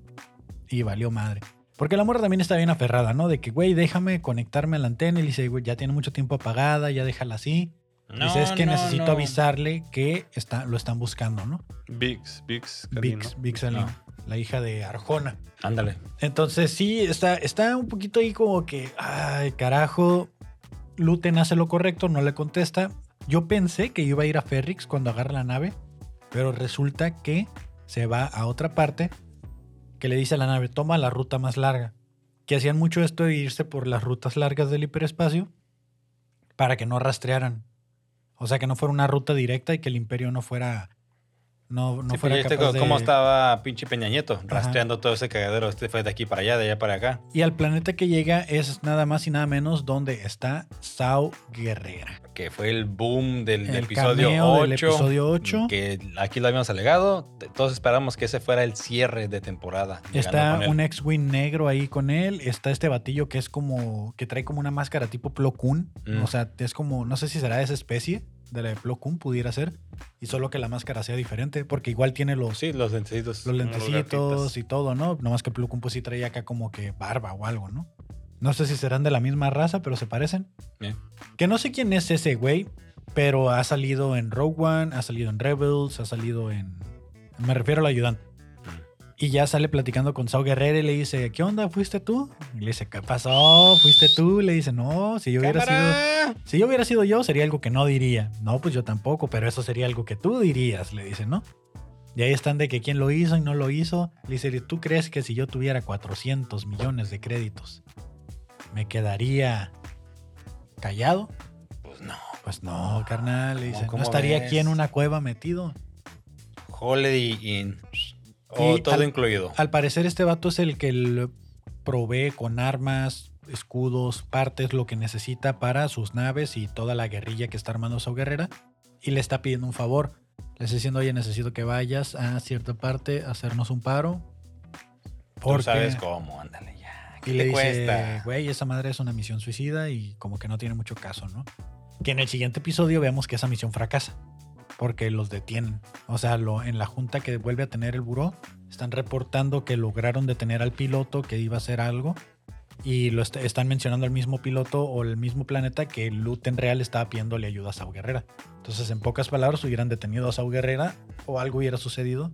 S2: y valió madre. Porque la morra también está bien aferrada, ¿no? De que, güey, déjame conectarme a la antena. Y le dice, güey, ya tiene mucho tiempo apagada, ya déjala así.
S3: No,
S2: dice, es que
S3: no,
S2: necesito
S3: no.
S2: avisarle que está, lo están buscando, ¿no?
S1: Vix, Vix, Karin,
S2: Vix,
S1: ¿no?
S2: Vix Alin,
S3: No.
S2: la hija de Arjona.
S3: Ándale.
S2: Entonces sí, está, está un poquito ahí como que, ay, carajo, Luten hace lo correcto, no le contesta. Yo pensé que iba a ir a Ferrix cuando agarra la nave, pero resulta que se va a otra parte que le dice a la nave, toma la ruta más larga. Que hacían mucho esto de irse por las rutas largas del hiperespacio para que no rastrearan. O sea, que no fuera una ruta directa y que el imperio no fuera... No, no
S3: Sí,
S2: fuera
S3: pues, este,
S2: capaz de...
S3: ¿Cómo estaba pinche Peña Nieto? Rastreando todo ese cagadero. Este fue de aquí para allá, de allá para acá.
S2: Y al planeta que llega es nada más y nada menos donde está Sao Guerrera.
S3: Que fue el boom del,
S2: El
S3: episodio,
S2: cameo
S3: 8,
S2: del episodio 8.
S3: Que aquí lo habíamos alegado. T- Todos esperamos que ese fuera el cierre de temporada.
S2: Está
S3: llegando con
S2: un
S3: él.
S2: ex-wing negro ahí con él. Está este batillo que es como. que trae como una máscara tipo Plo Koon.
S3: Mm.
S2: O sea, es como. no sé si será de esa especie. de la de Plo Koon pudiera ser. Y solo que la máscara sea diferente, porque igual tiene los,
S3: Oh, Sí, Pues, los lentecitos.
S2: los
S1: gatitos.
S2: lentecitos y todo, ¿no? Nomás que Plo Koon pues sí traía acá como que barba o algo, ¿no? No sé si serán de la misma raza, pero se parecen.
S3: Eh.
S2: Que no sé quién es ese güey, pero ha salido en Rogue One, ha salido en Rebels, ha salido en... Me refiero al ayudante. Y ya sale platicando con Sao Guerrero y le dice, ¿qué onda? ¿Fuiste tú? Y le dice, ¿qué pasó? ¿Fuiste tú? Le dice, no, si yo hubiera sido...
S3: ¡Cámara!
S2: Si yo hubiera sido yo, sería algo que no diría. No, pues yo tampoco, pero eso sería algo que tú dirías, le dice, ¿no? Y ahí están de que quién lo hizo y no lo hizo. Le dice, ¿tú crees que si yo tuviera 400 millones de créditos, me quedaría callado?
S3: Pues no.
S2: Pues no, carnal, le dice,
S3: ¿Cómo
S2: no estaría aquí
S3: ves?
S2: en una cueva metido.
S3: Holiday Inn. O
S2: Y
S3: oh, todo
S2: al-
S3: incluido.
S2: Al parecer este vato es el que le provee con armas, escudos, partes, lo que necesita para sus naves y toda la guerrilla que está armando Sao Guerrera. Y le está pidiendo un favor. Le está diciendo, oye, necesito que vayas a cierta parte a hacernos un paro.
S3: Tú
S2: Porque-
S3: sabes cómo, ándale ya. ¿Qué
S2: y
S3: te
S2: le dice,
S3: cuesta?
S2: güey, esa madre es una misión suicida y como que no tiene mucho caso, ¿no? Que en el siguiente episodio veamos que esa misión fracasa, porque los detienen. O sea, lo, en la junta que vuelve a tener el buró, están reportando que lograron detener al piloto que iba a hacer algo y lo est- están mencionando al mismo piloto o el mismo planeta que Luten Real estaba pidiéndole ayuda a Sau Guerrera. Entonces, en pocas palabras, hubieran detenido a Sau Guerrera o algo hubiera sucedido.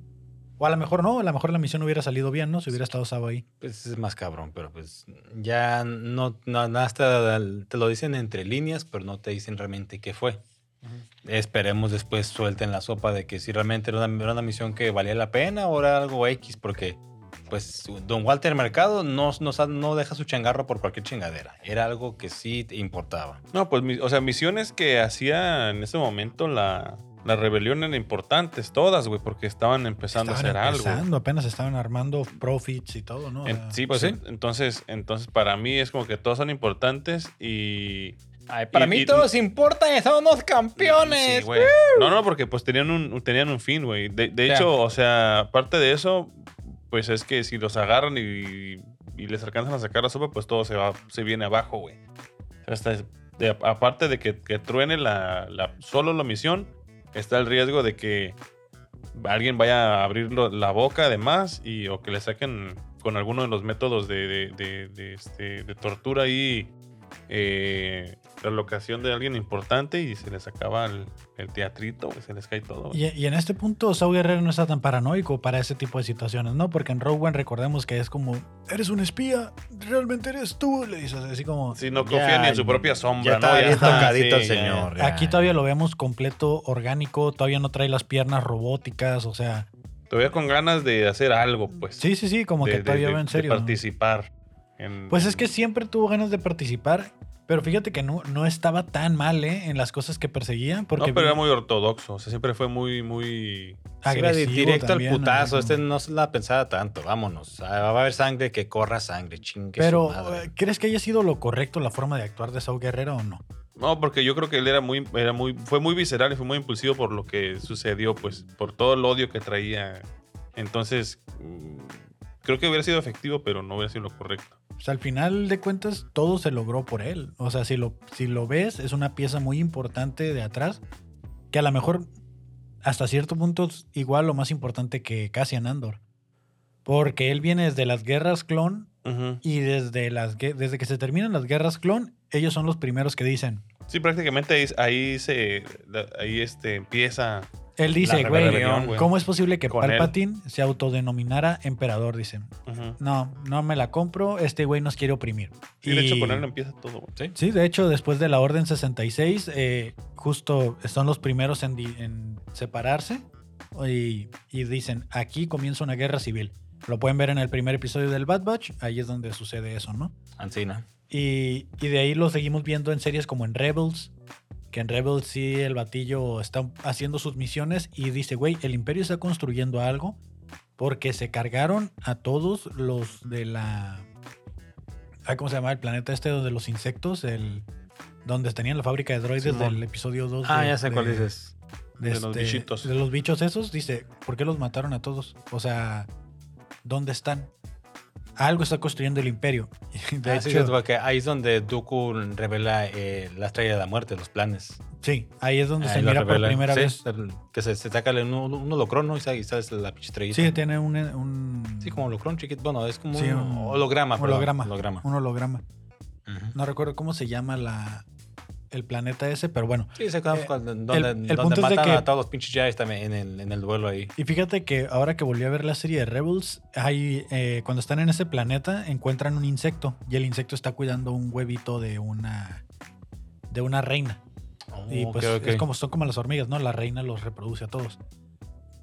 S2: O a lo mejor no, a lo mejor la misión hubiera salido bien, ¿no? Si hubiera estado Sao ahí.
S3: Pues es más cabrón, pero pues ya no, no nada hasta te lo dicen entre líneas, pero no te dicen realmente qué fue. Esperemos después suelten la sopa de que si realmente era una, era una misión que valía la pena o era algo X, porque pues don Walter Mercado no, no, sa- no deja su changarro por cualquier chingadera. Era algo que sí te importaba.
S1: No, pues, mi- o sea, misiones que hacía en ese momento la, la rebelión eran importantes todas, güey, porque estaban empezando
S2: Estaban
S1: a hacer algo.
S2: empezando, apenas estaban armando profits y todo, ¿no? Eh, O
S1: En-
S2: sea,
S1: sí, pues
S3: Sí.
S1: en- entonces, entonces para mí es como que todas son importantes y...
S3: para
S1: y-
S3: mí
S1: y-
S3: todos importan y son unos campeones.
S1: Sí, güey. No, no, porque pues tenían un, tenían un fin, güey. De, de
S3: Ya.
S1: hecho, o sea, aparte de eso, pues es que si los agarran y, y les alcanzan a sacar la sopa, pues todo se va, se viene abajo, güey. Hasta es- de- aparte de que, que truene la, la- solo la misión, está el riesgo de que alguien vaya a abrir lo- la boca además y o que le saquen con alguno de los métodos de, de- de- de, este, de tortura y eh, la locación de alguien importante y se les acaba el, el teatrito, güey, se les cae todo. güey.
S2: Y, y en este punto, Sao Guerrero no está tan paranoico para ese tipo de situaciones, ¿no? Porque en Rogue One recordemos que es como, eres un espía, realmente eres tú, le dices así como...
S1: Sí, no confía
S3: Ya,
S1: ni en su propia sombra,
S3: ya
S1: ¿no?
S3: estaba bien
S1: está,
S3: tocadito
S1: sí,
S3: el
S1: ya.
S3: señor.
S2: Aquí todavía lo vemos completo orgánico, todavía no trae las piernas robóticas, o sea...
S1: Todavía con ganas de hacer algo, pues.
S2: Sí, sí, sí, como
S1: de-
S2: que
S1: de-
S2: todavía
S1: de-
S2: va en
S1: de
S2: serio. ¿no?
S1: participar. en-
S2: Pues es que
S1: en-
S2: siempre tuvo ganas de participar, pero fíjate que no, no estaba tan mal, ¿eh? En las cosas que perseguía, porque...
S1: no, pero
S2: vi-
S1: era muy ortodoxo. O sea, siempre fue muy, muy.
S3: Sí, iba
S2: agresivo
S3: directo
S2: también,
S3: al putazo.
S2: ¿no?
S3: Este no se la pensaba tanto. Vámonos. Ah, Va a haber sangre que corra sangre, chingue
S2: Pero,
S3: su madre.
S2: eh, ¿crees que haya sido lo correcto la forma de actuar de Sao Guerrero o no?
S1: No, porque yo creo que él era muy, era muy, fue muy visceral y fue muy impulsivo por lo que sucedió, pues, por todo el odio que traía. Entonces, mm, creo que hubiera sido efectivo, pero no hubiera sido lo correcto.
S2: O sea, al final de cuentas, todo se logró por él. O sea, si lo, si lo ves, es una pieza muy importante de atrás, que a lo mejor hasta cierto punto es igual o más importante que Cassian Andor. Porque él viene desde las guerras clon y desde, las, gue- desde que se terminan las guerras clon, ellos son los primeros que dicen.
S1: Sí, prácticamente ahí, ahí se, la- ahí este empieza.
S2: Él dice,
S3: La
S2: güey,
S3: rebelión, güey.
S2: ¿cómo es posible que
S1: Con él.
S2: Palpatine se autodenominara emperador? Dicen.
S1: Ujú.
S2: No, no me la compro. Este güey nos quiere oprimir.
S1: Sí, de hecho con él empieza todo. güey.
S2: Sí, de hecho, después de la Orden 66, eh, justo son los primeros en, di- en separarse y, y dicen, aquí comienza una guerra civil. Lo pueden ver en el primer episodio del Bad Batch, ahí es donde sucede eso, ¿no?
S3: Ancina.
S2: Y, y de ahí lo seguimos viendo en series como en Rebels, que en Rebels sí el batillo está haciendo sus misiones y dice, güey, el imperio está construyendo algo porque se cargaron a todos los de la... ay, ¿Cómo se llama? El planeta este de los insectos, el donde tenían la fábrica de droides
S1: Simón.
S2: del episodio 2.
S3: Ah,
S2: de-
S3: ya sé cuál
S2: de- este,
S3: dices.
S1: De los bichitos.
S2: De los bichos esos, dice, ¿por qué los mataron a todos? O sea, ¿dónde están? algo está construyendo el imperio. Y De
S3: Ah, sí,
S2: hecho,
S3: cierto, porque ahí es donde Dooku revela eh, la estrella de la muerte, los planes.
S2: sí, ahí es donde
S3: Ahí
S2: se
S3: lo
S2: mira por
S3: revela.
S2: primera
S3: Sí,
S2: vez.
S3: Que se, se saca el- un, un holocrón, ¿no? Y sale, y sale la pinche estrellita.
S2: Sí, tiene un, un-
S3: Sí, como holocrón chiquito. Bueno, es como
S2: Sí,
S3: un
S2: un
S3: holograma. perdón,
S2: holograma,
S3: holograma.
S2: un holograma.
S3: Ujú.
S2: No recuerdo cómo se llama la, el planeta ese, pero bueno.
S3: Sí, se acuerdan
S2: Eh,
S3: cuando- donde,
S2: el
S3: donde
S2: punto es de
S3: matan
S2: que-
S3: a todos los pinches Jedi también en el, en el duelo ahí.
S2: Y fíjate que ahora que volví a ver la serie de Rebels, hay, eh, cuando están en ese planeta encuentran un insecto y el insecto está cuidando un huevito de una, de una reina. Y
S3: Oh,
S2: pues
S3: ok, ok.
S2: es como son como las hormigas, ¿no? La reina los reproduce a todos.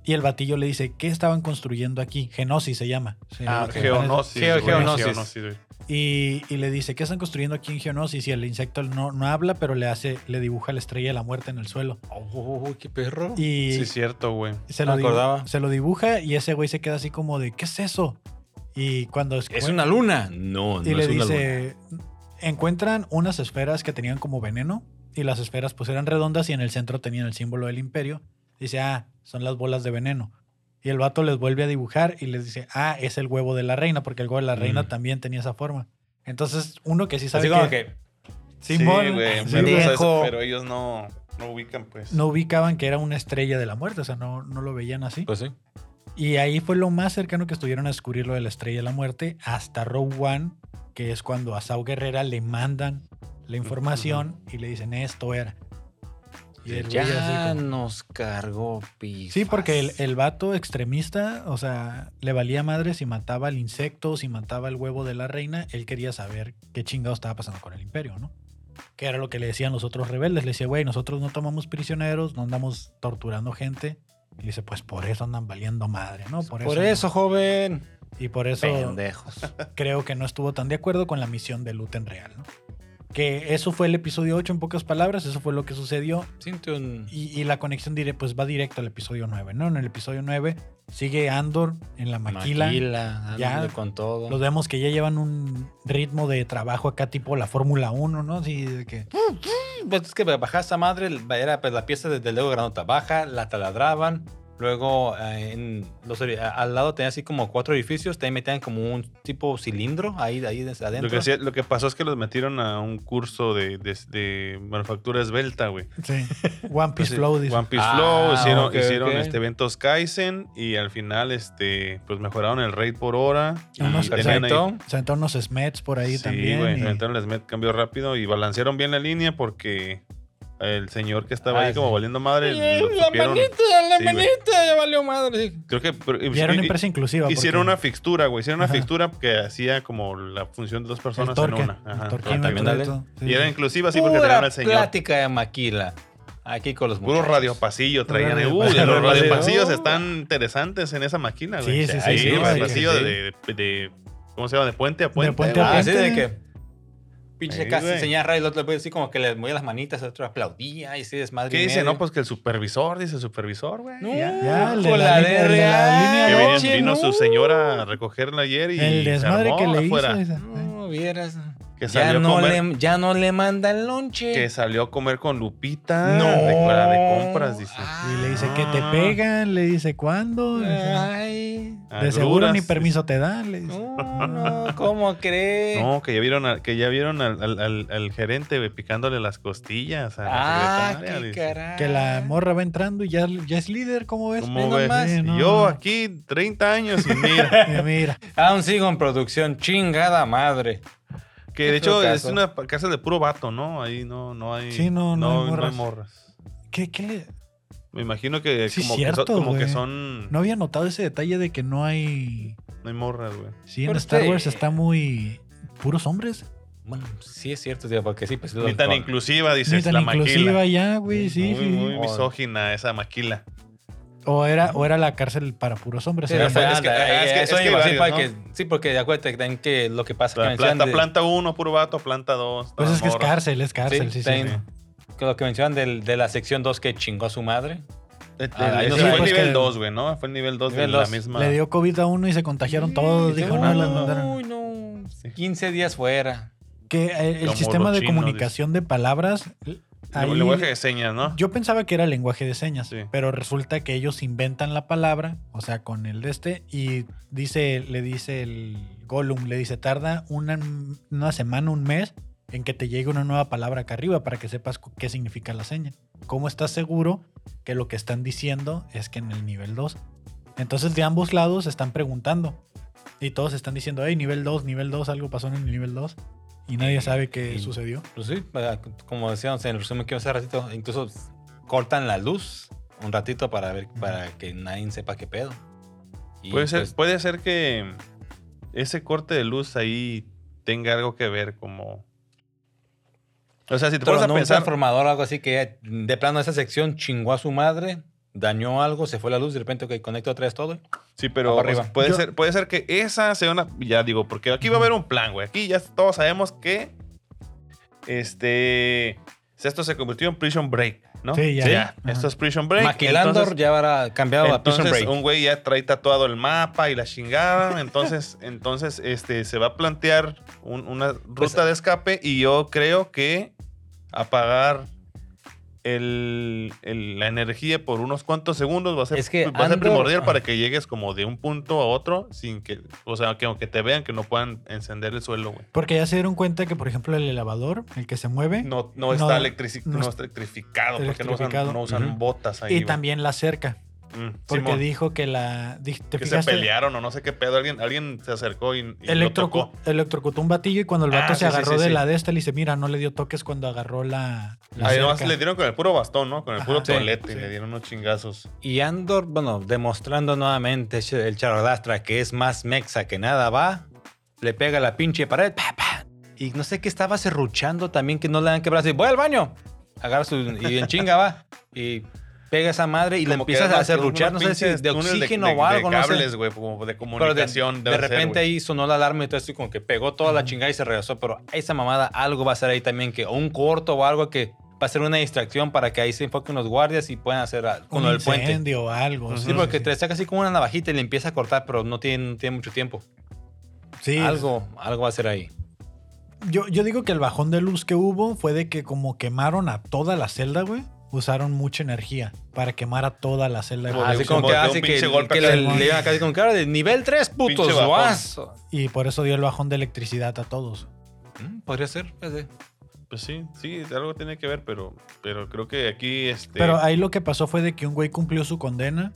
S2: Y el batillo le dice, ¿qué estaban construyendo aquí? Genosis se llama. Se-
S3: Ah, ok.
S1: Geonosis.
S3: Geo-
S1: güey,
S3: geonosis.
S1: güey.
S2: y, y le dice, ¿qué están construyendo aquí en Geonosis? Y el insecto no, no habla, pero le hace, le dibuja la estrella de la muerte en el suelo.
S3: Oh, oh, oh, qué perro.
S2: Y
S1: Sí, cierto, güey.
S2: se,
S3: no
S2: lo
S3: me
S2: dibu-
S3: acordaba.
S2: se lo dibuja y ese güey se queda así como de, ¿qué es eso? Y cuando
S3: ¿Es
S2: escue-
S3: una luna? No, no
S2: y le
S3: es una luna.
S2: dice, encuentran unas esferas que tenían como veneno y las esferas pues eran redondas y en el centro tenían el símbolo del imperio. Dice, ah, son las bolas de veneno. Y el vato les vuelve a dibujar y les dice, ah, es el huevo de la reina, porque el huevo de la reina
S3: Mm.
S2: también tenía esa forma. Entonces, uno que sí sabe
S3: Así como
S2: que,
S3: que,
S2: Simón,
S1: Sí, güey. pero,
S2: sí,
S1: o sea,
S2: viejo,
S1: pero ellos no, no ubican, pues.
S2: no ubicaban que era una estrella de la muerte, o sea, no, no lo veían así.
S3: pues sí.
S2: Y ahí fue lo más cercano que estuvieron a descubrir lo de la estrella de la muerte, hasta Rogue One, que es cuando a Saw Guerrera le mandan la información y le dicen esto era. Y el güey así como-
S3: nos cargó pifas.
S2: Sí, porque el, el vato extremista, o sea, le valía madre si mataba al insecto, si mataba el huevo de la reina, él quería saber qué chingado estaba pasando con el imperio, ¿no? Que era lo que le decían los otros rebeldes. Le decía, güey, nosotros no tomamos prisioneros, no andamos torturando gente. Y dice, pues por eso andan valiendo madre, ¿no?
S3: Por, eso, joven.
S2: Y por eso
S3: Pendejos.
S2: creo que no estuvo tan de acuerdo con la misión de Luten Real, ¿no? Que eso fue el episodio 8 en pocas palabras, eso fue lo que sucedió
S3: Siente un...
S2: y, y la conexión dire, pues va directo al episodio 9, ¿no? En el episodio 9 sigue Andor en la maquila.
S3: Maquila,
S2: Ya.
S3: ándale con todo.
S2: Los vemos que ya llevan un ritmo de trabajo acá tipo la Fórmula 1, ¿no? Así de que
S3: Pues es que bajaba esa madre, era pues, la pieza desde luego granota baja, la taladraban. Luego eh, en los ori- a- al lado tenía así como cuatro edificios, también metían como un tipo cilindro ahí, ahí des- adentro.
S1: Lo que, hacía- lo que pasó es que los metieron a un curso de, de, de manufactura esbelta, güey.
S2: sí. One Piece
S1: Entonces,
S2: Flow dice.
S1: One Piece
S3: Ah,
S1: Flow, hicieron,
S3: ok,
S1: hicieron
S3: ok.
S1: Este, eventos Kaizen y al final este, pues mejoraron el rate por hora. Y
S2: Ah, no,
S1: tenían ahí-
S3: perfecto.
S2: Se aventaron unos smets por ahí
S1: sí,
S2: también.
S1: güey,
S2: y-
S1: inventaron el SMET, cambió rápido y balancearon bien la línea porque el señor que estaba
S3: Ah,
S1: ahí como
S3: sí.
S1: valiendo madre, lo supieron.
S3: la
S1: Sí, güey.
S3: ya valió madre.
S1: Creo que pero-
S2: y era una
S1: y-
S2: empresa inclusiva. porque
S1: hicieron una fixtura, güey. Hicieron una
S2: Ajá.
S1: fixtura que hacía como la función de dos
S2: el
S1: personas
S2: torque,
S1: en una. Ajá,
S2: el torque
S1: exactamente.
S2: inventó de todo. Sí,
S1: y era
S2: sí.
S1: inclusiva así porque
S3: Pura
S1: traían al señor.
S3: plática de maquila. Aquí con los
S1: Puro
S3: muchachos.
S1: radiopasillo
S2: Puro
S1: traían. ¿eh?
S2: radio-
S1: Uy,
S2: radio- Oh.
S1: los
S3: radio-
S1: radiopasillos están interesantes en esa máquina, güey.
S2: Sí, sí,
S1: Ahí,
S2: sí, sí,
S1: güey,
S2: sí,
S1: pasillo
S3: sí, sí.
S1: De, de- de- ¿Cómo se llama? De puente a puente.
S2: puente a
S1: güey.
S3: Ah,
S2: puente.
S3: sí, de que... Pinche
S1: Sí,
S3: casi
S1: güey.
S3: enseñaba radio, el otro pues, así como que le movía las manitas, el otro aplaudía y así desmadre.
S1: ¿Qué
S3: y
S1: dice?
S3: medio.
S1: No, pues que el supervisor, dice el supervisor, güey.
S3: No,
S1: ya.
S2: Ya, el de
S3: con
S2: la
S3: la
S2: li- el de
S3: DRA,
S2: la línea
S1: Que
S2: de
S1: vino,
S2: noche,
S1: vino
S3: no.
S1: su señora a recogerla ayer y
S2: El
S1: se
S2: desmadre
S1: armó
S2: que le hizo.
S1: afuera.
S2: esa-
S3: No, vieras.
S1: Que
S3: ya,
S1: salió, a
S3: no
S1: comer,
S3: le, ya no le manda el lonche.
S1: que salió a comer con Lupita.
S3: No.
S1: De, la de compras, dice.
S2: Ah, Y le dice que te
S1: Ah.
S2: pegan, le dice cuándo. Le dice,
S3: Ay.
S2: de seguro
S1: Agruras,
S2: ni
S1: dice.
S2: permiso te dan. Le dice.
S3: No, no, ¿cómo crees?
S1: No, que ya vieron, al, que ya vieron al, al- al- al gerente güey, picándole las costillas a la
S3: Ah,
S1: secretaria.
S3: qué
S1: dice.
S3: carajo.
S2: Que la morra va entrando y ya, ya es líder, ¿cómo ves?
S1: ¿Cómo
S3: Ve
S1: ves?
S3: nomás.
S2: Sí, no,
S1: Yo
S2: no.
S1: aquí 30 años y mira.
S2: Y mira,
S3: Aún sigo en producción, chingada madre.
S1: Que de
S3: Qué
S1: hecho
S3: feo
S1: es
S3: caso.
S1: una pa- cárcel de puro vato, ¿no? Ahí no, no hay.
S2: Sí, no, no hay morras.
S1: morras.
S2: ¿qué, qué le-
S1: Me imagino que
S2: Sí,
S1: como,
S2: cierto,
S1: que, son, como que
S2: güey.
S1: son-
S2: No
S1: No,
S2: había notado ese detalle de que no hay.
S1: hay morras, güey.
S2: Sí, en
S3: Pero
S2: Star
S3: sí.
S2: Wars está muy. puros hombres.
S3: Bueno, sí es cierto, tío, porque sí, pues.
S1: Ni tan inclusiva,
S2: Ni
S1: dices,
S2: tan
S1: la
S2: inclusiva
S1: maquila.
S2: ya, güey, sí,
S1: muy,
S2: sí.
S1: muy misógina esa maquila.
S2: O, era, o era la cárcel para puros hombres.
S3: Sí,
S2: era
S1: fue-
S2: la-
S1: es que- es que-
S3: eso
S1: es que
S3: iba a decir
S1: varios,
S3: para
S1: ¿no?
S3: que- sí, porque acuérdate que también que lo que pasa es que
S1: planta,
S3: mencionan de-
S1: planta Ah, uno, puro vato, planta dos.
S2: pues
S1: las
S2: es que es
S1: morras.
S2: cárcel, es cárcel, sí, sí.
S3: también que lo que mencionan del- de la sección 2 que chingó a su madre.
S1: Eh,
S3: Ah,
S1: eh,
S3: no
S1: fue
S3: sé,
S1: el
S2: pues,
S1: nivel
S2: que-
S1: 2, güey, ¿no? Fue el nivel 2 de
S3: Nivel
S1: la
S3: dos.
S1: misma.
S2: Le dio COVID a uno y se contagiaron todos.
S3: Sí,
S2: Dijo, no,
S3: uy,
S2: las mandaron.
S3: no, 15 días fuera.
S2: Que eh, el
S1: Como
S2: sistema
S1: los
S2: de
S1: chinos,
S2: comunicación de palabras.
S1: Le-
S2: ahí-
S1: Le voy a dejar de señas, ¿no?
S2: Yo pensaba que era lenguaje de señas,
S1: Sí.
S2: pero resulta que ellos inventan la palabra, o sea, con el de este, y dice, le dice el column, le dice, tarda una, una semana, un mes en que te llegue una nueva palabra acá arriba para que sepas cu- qué significa la seña. ¿Cómo estás seguro que lo que están diciendo es que en el nivel 2? Entonces de ambos lados están preguntando y todos están diciendo, hey, nivel 2, nivel 2, algo pasó en el nivel 2 y nadie sabe qué
S3: y-
S2: sucedió.
S3: Pues sí, eh, como decíamos en el resumen que iba hace ratito, incluso cortan la luz un ratito para ver para que nadie sepa qué pedo. Y,
S1: Puede ser,
S3: pues,
S1: puede ser que ese corte de luz ahí tenga algo que ver como... O sea, si te pones a
S3: tronó un
S1: pensar...
S3: transformador o algo así que de plano esa sección chingó a su madre, dañó algo, se fue la luz, de repente que conecta otra vez todo.
S1: Sí, pero pues,
S3: Abajo arriba.
S1: puede,
S2: Yo-
S1: ser, puede ser que esa sea una... Ya digo, porque aquí va a haber un plan, güey. Aquí ya todos sabemos que... Este... Esto se convirtió en Prison Break, ¿no?
S2: Sí, ya.
S1: ya.
S2: Ajá.
S1: Esto es Prison Break.
S3: Maquilando
S1: entonces-
S3: ya habrá cambiado a Prison
S1: Entonces,
S3: Break.
S1: un güey ya trae tatuado el mapa y la chingada. Entonces, entonces este, se va a plantear un- una ruta
S3: Pues-
S1: de escape y yo creo que apagar el- el- la energía por unos cuantos segundos va a ser,
S3: Es que
S1: va a ser
S3: Andor- ah.
S1: primordial para que llegues como de un punto a otro sin que, o sea, que aunque te vean que no puedan encender el suelo, güey.
S2: Porque ya se dieron cuenta que, por ejemplo, el elevador, el que se mueve,
S1: No, no está
S2: No,
S1: electrici-
S2: no
S1: no
S2: es-
S1: está electrificado porque no usan,
S2: electrificado.
S1: no usan
S3: Ujú.
S1: botas ahí.
S2: y
S1: güey.
S2: también la cerca.
S1: Mm,
S2: Porque
S1: Simón.
S2: dijo que la. di- ¿Te
S1: que se
S2: fijaste?
S1: pelearon o no sé qué pedo. Alguien, alguien se acercó y, y lo
S2: Electrocu-
S1: tocó.
S2: electrocutó un batillo y cuando el
S1: Ah,
S2: vato
S1: sí,
S2: se
S1: sí,
S2: agarró
S1: sí,
S2: de
S1: sí.
S2: la de esta, le dice: Mira, no le dio toques cuando agarró la. la
S1: Ahí nomás
S2: cerca".
S1: le dieron con el puro bastón, ¿no? Con el puro
S2: Ajá. Sí,
S1: tolete y
S2: sí.
S1: le dieron unos chingazos.
S3: Y Andor, bueno, demostrando nuevamente ch- el charodastra que es más mexa que nada va, le pega la pinche pared, pa, pa. y no sé qué estaba serruchando también que no le han quebrado, así, voy al baño, agarra su, y en chinga va, y pega esa madre y le
S1: Como que
S3: empiezas
S1: era
S3: a
S1: más
S3: serruchar,
S1: una
S3: no sé si
S1: pinche
S3: de
S1: túnel
S3: oxígeno
S1: de-
S3: o algo,
S1: de
S3: no sé.
S1: cables, güey, como de
S3: Pero de,
S1: comunicación.
S3: de
S1: debe ser,
S3: repente
S1: güey.
S3: ahí sonó la alarma y todo así como que pegó toda la
S2: Ujú.
S3: chingada y se regresó. Pero esa mamada algo va a ser ahí también, que o un corto o algo que va a ser una distracción para que ahí se enfoquen los guardias y puedan hacer a- con
S2: Un
S3: lo del puente.
S2: incendio o algo.
S1: Ujú.
S3: Sí, porque te saca así como una navajita y le empieza a cortar, pero no tiene, no tiene mucho tiempo.
S2: Sí,
S3: Algo, algo va a ser ahí.
S2: Yo, yo digo que el bajón de luz que hubo fue de que, como quemaron a toda la celda, güey, usaron mucha energía para quemar a toda la celda.
S1: Como
S2: güey.
S1: de
S3: así
S1: un-
S3: como que
S1: de un
S3: hace que,
S1: pinche golpe
S3: que
S1: acá.
S3: le, le iban casi con cara de nivel 3, putos.
S1: Pinche bajón.
S3: guas.
S2: Y por eso dio el bajón de electricidad a todos.
S3: Mm, Podría ser. fíjate.
S1: Pues sí, sí, algo tiene que ver, pero, pero creo que aquí. Este,
S2: Pero ahí lo que pasó fue de que un güey cumplió su condena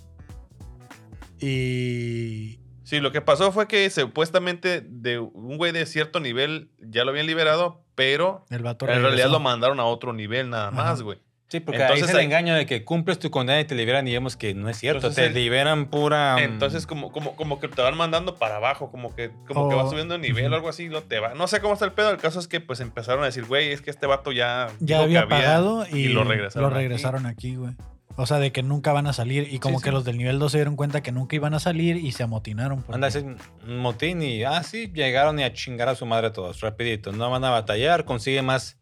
S2: y.
S1: Sí, lo que pasó fue que supuestamente de un güey de cierto nivel ya lo habían liberado, pero
S2: El vato
S1: en realidad
S2: regresó.
S1: lo mandaron a otro nivel nada
S2: Ajá.
S1: más, güey.
S3: Sí, porque
S1: Entonces
S3: ahí es el
S1: ahí-
S3: engaño de que cumples tu condena y te liberan y vemos que no es cierto.
S1: Entonces
S3: te
S1: el-
S3: liberan pura... mm,
S1: Entonces, como, como, como que te van mandando para abajo, como que, como que
S2: O-
S1: va subiendo de nivel o algo así, lo te va. No sé cómo está el pedo. El caso es que pues empezaron a decir, güey, es que este vato ya. dijo
S2: ya
S1: que
S2: había pagado y,
S1: lo regresaron.
S2: lo
S1: aquí".
S2: regresaron aquí. güey. O sea, de que nunca van a salir. Y como
S1: Sí,
S2: que
S1: sí.
S2: los del nivel 2 se dieron cuenta que nunca iban a salir y se amotinaron. porque-
S3: Anda a hacer un motín y ah, sí, llegaron y a chingar a su madre todos, rapidito. No van a batallar, consigue más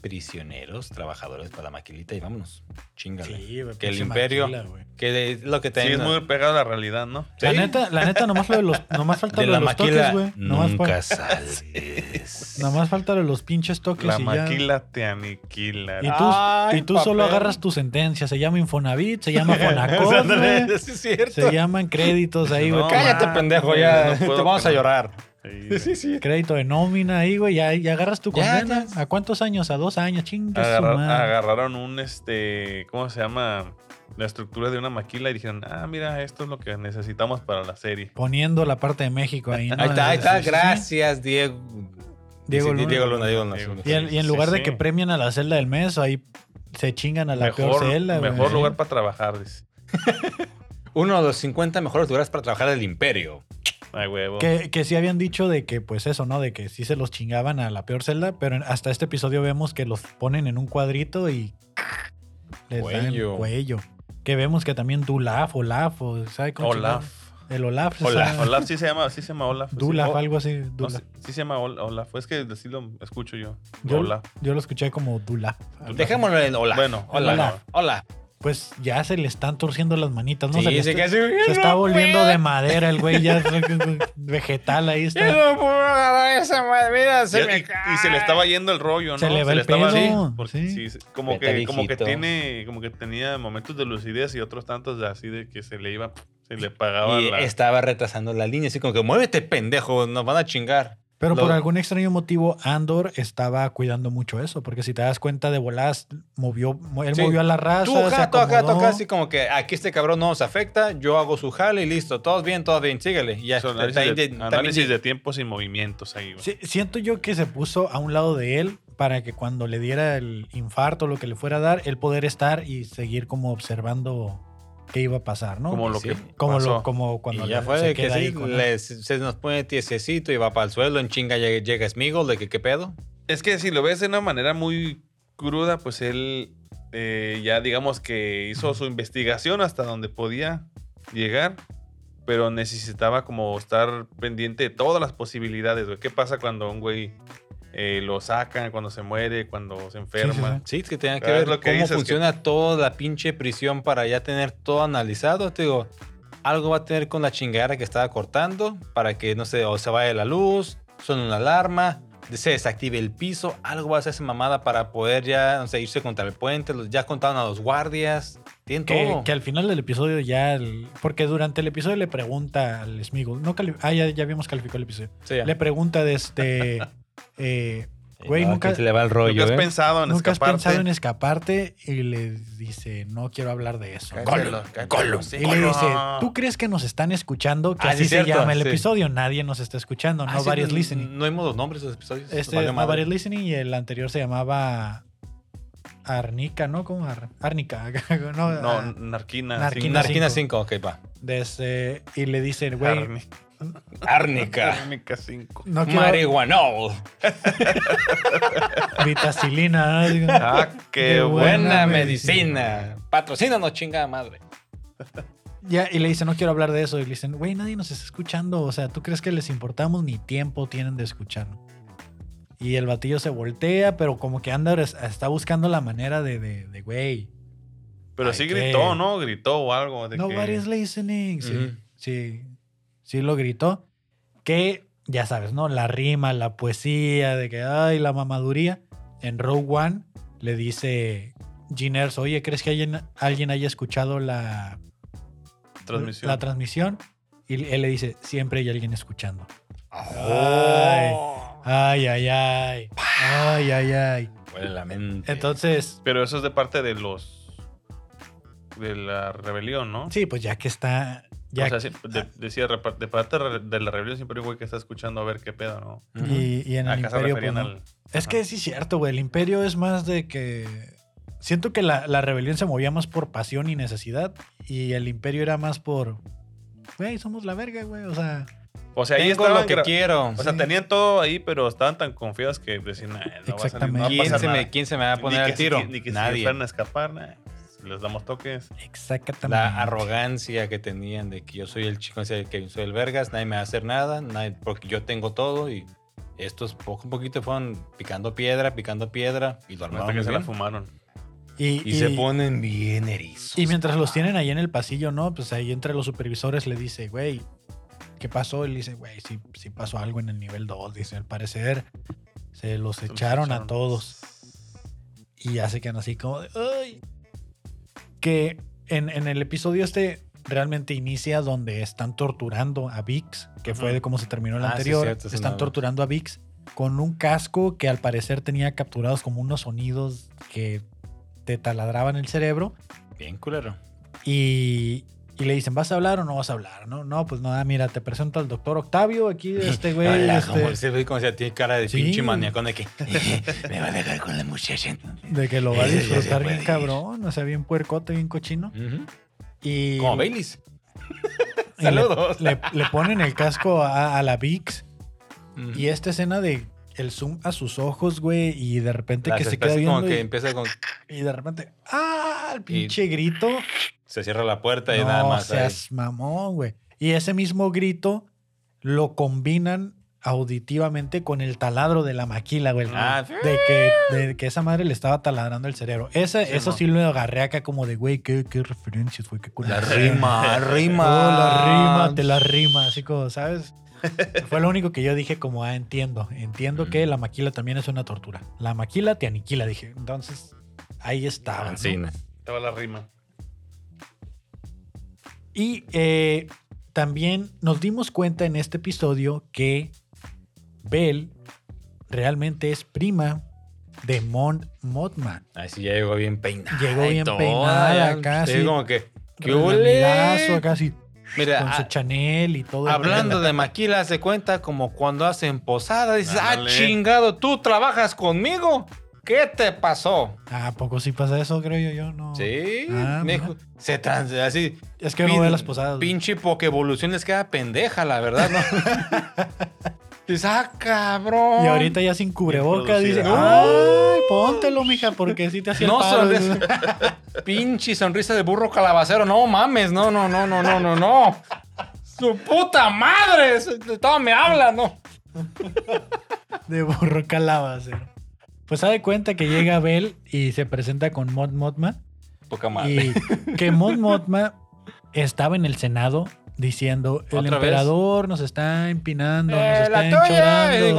S3: prisioneros, trabajadores para la maquilita y vámonos. Chingale.
S2: Sí, güey,
S3: Que el
S2: pinche
S3: imperio-
S2: maquila, güey.
S3: Que es lo que
S1: Sí,
S3: tenemos.
S1: es muy pegado a la realidad, ¿no?
S2: La
S3: Sí.
S2: neta, la neta, nomás lo de los. Nomás falta
S3: de
S2: lo
S3: la
S2: de los toques,
S3: maquila
S2: güey. Nomás,
S3: nunca
S2: fa-
S3: sales.
S2: nomás falta lo de los pinches toques
S1: La
S2: y ya.
S1: maquila te aniquila.
S2: Y
S1: Ah,
S2: tú,
S3: Ay,
S2: y tú solo
S3: papel.
S2: agarras tu sentencia. Se llama Infonavit, se llama Fonacot, güey,
S3: Sí, es cierto.
S2: se llaman créditos ahí, güey.
S1: No,
S3: Cállate,
S1: mames,
S3: pendejo, ya.
S1: no puedo
S3: te vamos a
S1: creer.
S3: llorar.
S1: sí,
S3: Sí,
S1: güey.
S3: sí, sí.
S2: Crédito de nómina ahí, güey. Ya, ya agarras tu
S3: Ya,
S2: condena.
S3: ya.
S2: ¿A cuántos años? A dos años, chingue su
S1: Agarra-
S2: madre.
S1: agarraron un este. ¿Cómo se llama? La estructura de una maquila y dijeron, ah, mira, esto es lo que necesitamos para la serie.
S2: poniendo la parte de México ahí. ¿no?
S3: Ahí está, ahí
S2: Sí,
S3: está.
S2: sí, sí.
S3: Gracias, Diego.
S2: Diego
S3: Sí,
S2: Luna.
S3: Diego Luna, Diego Luna.
S1: Diego Luna.
S2: Y, en- y en
S1: Sí,
S2: lugar de
S1: sí.
S2: que premien a la celda del mes, ahí se chingan a la
S1: mejor
S2: peor celda. güey.
S1: mejor
S2: Sí.
S1: lugar para trabajar, dice.
S3: Uno de los 50 mejores lugares para trabajar del imperio.
S1: Ay, huevo.
S2: Que, que sí habían dicho de que, pues eso, ¿no? De que sí se los chingaban a la peor celda, pero en- hasta este episodio vemos que los ponen en un cuadrito y les
S3: Cuello.
S2: dan cuello. Que vemos que también Dulaf, Olaf, o ¿sabe cómo se llama?
S1: Olaf.
S2: El Olaf. se
S1: Olaf.
S2: llama.
S1: Pues, Olaf sí se llama, sí se llama
S3: Pues
S1: Olaf. pues, sí.
S2: Dulaf,
S3: oh,
S1: O-
S2: algo así.
S1: No,
S2: Dulaf.
S1: sí, sí se llama Ol- Olaf. Es que así lo escucho yo.
S2: Yo,
S1: Olaf.
S2: yo lo escuché como Dulaf.
S3: Dejémoslo en hola.
S1: Bueno,
S3: hola.
S2: hola.
S3: Hola.
S2: Pues ya se le están torciendo las manitas, ¿no?
S3: Sí,
S2: se le
S3: sí,
S2: está-
S3: que así,
S2: Se
S3: "Yo
S2: está
S3: no
S2: volviendo
S3: puedo,
S2: de madera el güey, ya vegetal ahí
S3: yo
S2: está.
S3: no puedo agarrar esa madre. Mira, se
S1: Ya,
S3: me
S1: y,
S3: cae.
S1: y se le estaba yendo el rollo, ¿no?
S2: Se le va el
S1: estaba-
S2: pedo,
S1: Sí, porque
S2: sí.
S1: sí, se- como,
S3: Vete,
S1: que, como que
S3: viejito.
S1: tiene, como que tenía momentos de lucidez y otros tantos de así de que se le iba. Si le pagaba
S3: y
S1: la-
S3: estaba retrasando la línea, así como que muévete, pendejo, nos van a chingar.
S2: Pero
S3: Lo-
S2: por algún extraño motivo, Andor estaba cuidando mucho eso, porque si te das cuenta de volás, movió, mo- él
S3: Sí.
S2: movió a la raza.
S3: Tú,
S2: se
S3: ja, tú acá, tú
S2: acomodó.
S3: acá, así como que aquí este cabrón no nos afecta, yo hago su jale y listo, todos bien, todos bien, síguele. Y ya
S1: Son
S3: está-
S1: análisis de,
S3: está- está-
S1: análisis de tiempos y movimientos ahí, güey.
S2: Sí, siento yo que se puso a un lado de él para que cuando le diera el infarto o lo que le fuera a dar, él poder estar y seguir como observando qué iba a pasar, ¿no?
S1: Como lo
S3: Pues sí.
S1: que
S2: como,
S1: pasó.
S2: lo, como cuando
S3: y ya
S2: le-
S3: fue
S2: se
S3: de que
S2: queda ahí
S3: sí,
S2: con él.
S3: le- se nos pone tiesecito y va para el suelo, en chinga llega, llega Smeagol, de que qué pedo.
S1: Es que si lo ves de una manera muy cruda, pues él eh, ya digamos que hizo su investigación hasta donde podía llegar, pero necesitaba como estar pendiente de todas las posibilidades, güey. ¿Qué pasa cuando un güey eh, lo sacan, cuando se muere, cuando se enferma?
S3: Sí, es que tenía que
S1: Ah, es
S3: ver
S1: lo que
S3: cómo
S1: dices, que-
S3: funciona toda la pinche prisión para ya tener todo analizado. Te digo, algo va a tener con la chingadera que estaba cortando para que, no sé, o se vaya la luz, suene una alarma, se desactive el piso, algo va a hacer esa mamada para poder ya, no sé, irse contra el puente. los- Ya contaron a los guardias, tienen
S2: Que,
S3: todo.
S2: que al final del episodio ya. el- porque durante el episodio le pregunta al Smiggle. No cali- ah, ya, ya habíamos calificado el episodio.
S3: Sí, ya.
S2: Le pregunta de este. eh, güey,
S3: No,
S2: nunca-
S3: que se le va el rollo,
S1: ¿Nunca has
S3: ¿eh?
S1: pensado en
S2: Nunca has
S1: escaparte?
S2: pensado en escaparte. Y le dice, no quiero hablar de eso.
S1: Cállate los- cállate
S2: Gollum.
S1: los
S2: Y
S1: hocico.
S2: le dice, ¿tú crees que nos están escuchando? Que
S3: Ah, sí,
S2: así se
S3: cierto,
S2: llama el
S3: sí.
S2: episodio. Nadie nos está escuchando.
S3: Ah,
S2: no
S3: sí,
S2: varios
S3: no-
S2: listening.
S3: No hemos los nombres de los episodios.
S2: Este
S3: valió
S2: es
S3: madre.
S2: Nobody's Listening y el anterior se llamaba Arnica, ¿no? ¿Cómo? Ar- Arnica. no,
S1: No,
S2: ah,
S1: Narquina.
S2: Narquina.
S1: sin-
S3: Narquina
S2: cinco.
S3: 5, ok, va.
S2: de este- y le dice, güey, Ah.
S1: Narni-
S3: Árnica.
S1: Narnica 5.
S2: no quiero
S3: Marihuanol.
S2: vitacilina. ¿no?
S1: Ah, qué
S2: Qué
S1: bueno.
S2: bueno. Buena
S3: Buena medicina. Patrocínanos, chingada madre.
S2: Ya, y le dice, no quiero hablar de eso. Y le dicen, güey, nadie nos está escuchando. O sea, ¿tú crees que les importamos? Ni tiempo tienen de escucharnos. Y el batillo se voltea, pero como que Andor es- está buscando la manera de, de, de, güey.
S1: Pero
S2: Ay,
S1: sí
S2: qué.
S1: gritó, ¿no? Gritó o algo. De que-
S2: Nobody's listening. Sí,
S3: Ujú.
S2: sí, sí lo gritó. Que, ya sabes, ¿no? La rima, la poesía, de que, ay, la mamaduría. En Rogue One le dice Giners, oye, ¿crees que alguien, alguien haya escuchado la
S1: transmisión.
S2: la transmisión y él le dice, siempre hay alguien escuchando.
S3: Ay.
S2: Ay, ay, ay. Ay, ay, ay.
S3: Huele la mente.
S2: Entonces,
S1: Pero eso es de parte de los. de la rebelión, ¿no?
S2: sí, pues ya que está... Ya,
S1: O sea, sí, de- decía, repa- de parte re- de la rebelión siempre hay un güey que está escuchando a ver qué pedo, ¿no?
S2: y, y en el
S1: Acá se
S2: imperio...
S1: referían
S2: pues, no.
S1: al.
S2: Es que sí es cierto, güey. El imperio es más de que... Siento que la, la rebelión se movía más por pasión y necesidad y el imperio era más por... Güey, somos la verga, güey. O sea,
S1: O sea, ahí
S3: Tengo
S1: estaban.
S3: lo que
S1: gra-
S3: quiero.
S1: o sea,
S2: Sí.
S1: tenían todo ahí, pero estaban tan confiados que decían, "Nah, no va a salir, no va a pasar
S2: Exactamente.
S3: ¿Quién se, me,
S1: nada".
S3: ¿Quién se me va a poner
S1: ni
S3: al
S1: que, si-
S3: tiro?
S1: Ni que si
S3: Nadie. Pues,
S1: fueran a escapar, nah, si les damos toques.
S2: exactamente.
S3: La arrogancia que tenían de que yo soy el chico, o sea, que soy el vergas, nadie me va a hacer nada, nadie- porque yo tengo todo y estos poco a poquito fueron picando piedra, picando piedra y lo
S1: Hasta
S3: armaron
S1: que se la
S3: bien.
S1: fumaron.
S2: Y,
S3: Y se ponen bien erizos.
S2: Y mientras los tienen ahí en el pasillo, ¿no? Pues ahí entre los supervisores le dice, güey, ¿qué pasó? Él dice, güey, sí, sí pasó algo en el nivel 2. Dice, al parecer se los
S1: Se los
S2: echaron a todos. Y ya se quedan así como de, ¡ay! Que en, en el episodio este realmente inicia donde están torturando a Vix, que fue
S1: Ujú.
S2: de cómo se terminó el
S3: Ah, sí,
S2: anterior.
S3: cierto, eso
S2: están
S3: no-
S2: torturando a Vix con un casco que al parecer tenía capturados como unos sonidos que te taladraban el cerebro.
S3: Bien culero.
S2: Y, y le dicen, ¿vas a hablar o no vas a hablar? No, no, pues nada, mira, te presento al doctor Octavio, aquí este güey.
S3: Ay,
S2: este,
S3: como ese güey como si tiene cara de
S2: Sí.
S3: pinche maniacón de que me va a dejar con la muchacha. entonces".
S2: de que lo va a
S3: Ese ya se
S2: disfrutar
S3: puede
S2: bien
S3: ir.
S2: cabrón, o sea, bien puercote, bien cochino.
S3: Ujú.
S2: Y,
S3: Como Baileys.
S2: y le-
S3: Saludos.
S2: Le, le ponen el casco a, a la VIX
S3: Ujú.
S2: y este esta escena de el zoom a sus ojos, güey, y de repente
S3: Las
S2: que se
S3: especies
S2: queda viendo
S3: como que
S2: y,
S3: empieza con
S2: y de repente, ¡ah! El pinche grito.
S3: se cierra la puerta y
S2: no,
S3: nada más. ahí.
S2: seas mamón, güey. Y ese mismo grito lo combinan auditivamente con el taladro de la maquila, güey.
S3: Ah,
S2: De que, de que esa madre le estaba taladrando el cerebro. Esa,
S1: Sí,
S2: eso
S1: mo.
S2: sí lo agarré acá como de, güey, qué, qué referencias, güey, qué culero.
S3: la rima,
S2: Oh,
S3: rima.
S2: la rima, te la rima, así como, ¿sabes? Fue lo único que yo dije como, ah, entiendo. Entiendo
S3: Mm.
S2: que la maquila también es una tortura. La maquila te aniquila, dije.
S3: Ah,
S2: Entonces, ahí estaba. ¿no?
S3: Ancina.
S1: Estaba la rima.
S2: Y eh, también nos dimos cuenta en este episodio que Belle realmente es prima de Mon Mothman.
S3: Ahí sí ya llegó bien peinada.
S2: Llegó
S3: y
S2: bien
S3: toda,
S2: peinada,
S3: ya,
S2: casi.
S3: sí, como que. ¿Qué
S2: Relamidazo,
S3: ole?
S2: casi
S3: Mira,
S2: con su
S3: a-
S2: Chanel y todo. el
S3: hablando
S2: rollo.
S3: de maquila, se cuenta como cuando hacen posada. Dices, ah,
S1: Ándale.
S3: chingado, tú trabajas conmigo. ¿Qué te pasó?
S2: Ah, ¿A poco sí pasa eso? Creo yo, yo no.
S3: Sí,
S2: Ah,
S3: me
S2: mira.
S3: dijo, se trans, así.
S2: Es que yo no
S3: pin-
S2: veo las posadas. güey.
S3: Pinche Pokevolución les queda pendeja, la verdad, ¿no? Dices, ah, cabrón.
S2: Y ahorita ya sin cubreboca
S1: Bien
S2: dice,
S1: producida.
S2: ay, póntelo, mija, porque sí te hacía el
S3: No
S2: paro.
S3: sonríes. Pinche sonrisa de burro calabacero. No mames, no, no, no, no, no, no, no. Su puta madre. Eso- de Todo me habla, ¿no?
S2: De burro calabacero. Pues se da de cuenta que llega Bell y se presenta con Mod Motma.
S3: Poca madre.
S2: Y que Mon Mothma estaba en el Senado diciendo: El
S3: ¿Otra vez?
S2: emperador nos está empinando, nos
S3: Eh,
S2: está
S3: Y digo,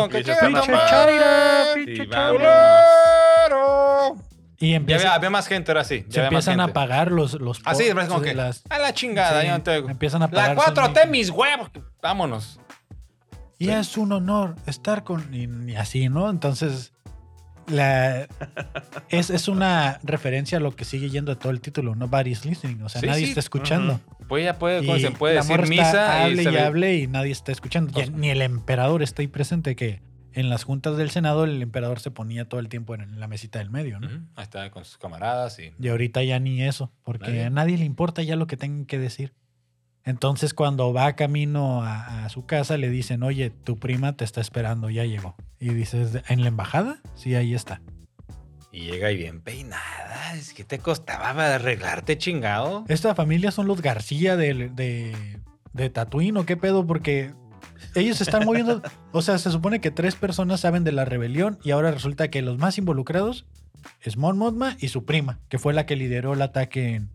S2: enchorando.
S3: que
S1: Pinche
S3: chinga tu
S1: Santa
S3: madre,
S2: Chaira,
S1: pinche
S3: sí,
S1: Chaira.
S3: culero.
S2: Y
S3: Ya
S2: empieza-
S3: había, había más gente, ahora sí. Ya
S2: se
S3: había más
S2: empiezan a
S3: gente.
S2: apagar los, los
S3: Así, es como
S2: postes,
S3: que.
S2: las-
S3: A la chingada,
S2: sí,
S3: ya no te oigo.
S2: empiezan a
S3: La
S2: apagar.
S3: 4T,
S2: sonido.
S3: mis huevos. Vámonos.
S2: Y es un honor estar con. Y, y así, ¿no? Entonces, la, es, es una referencia a lo que sigue yendo a todo el título, ¿no? Body's listening, o sea,
S3: Sí,
S2: nadie
S3: sí.
S2: está escuchando.
S3: Pues ya puede, como
S2: Y
S3: se puede
S2: la
S3: decir,
S2: morra está-
S3: misa.
S2: Hable y,
S3: se le-
S2: hable y nadie está escuchando. Ya
S3: Pues-
S2: ni el emperador está ahí presente, que en las juntas del Senado el emperador se ponía todo el tiempo en la mesita del medio, ¿no?
S3: Ujú, Ahí está con sus camaradas y.
S2: Y ahorita ya ni eso, porque
S3: Nadie.
S2: a nadie le importa ya lo que tengan que decir. Entonces, cuando va camino a, a su casa, le dicen, oye, tu prima te está esperando, ya llegó. Y dices, ¿en la embajada? Sí, ahí está.
S3: Y llega y bien peinada. Es que te costaba arreglarte, chingado.
S2: Esta familia son los García de, de, de Tatooine, ¿o qué pedo? Porque ellos se están moviendo. O sea, se supone que tres personas saben de la rebelión y ahora resulta que los más involucrados es Mon Mothma y su prima, que fue la que lideró el ataque en,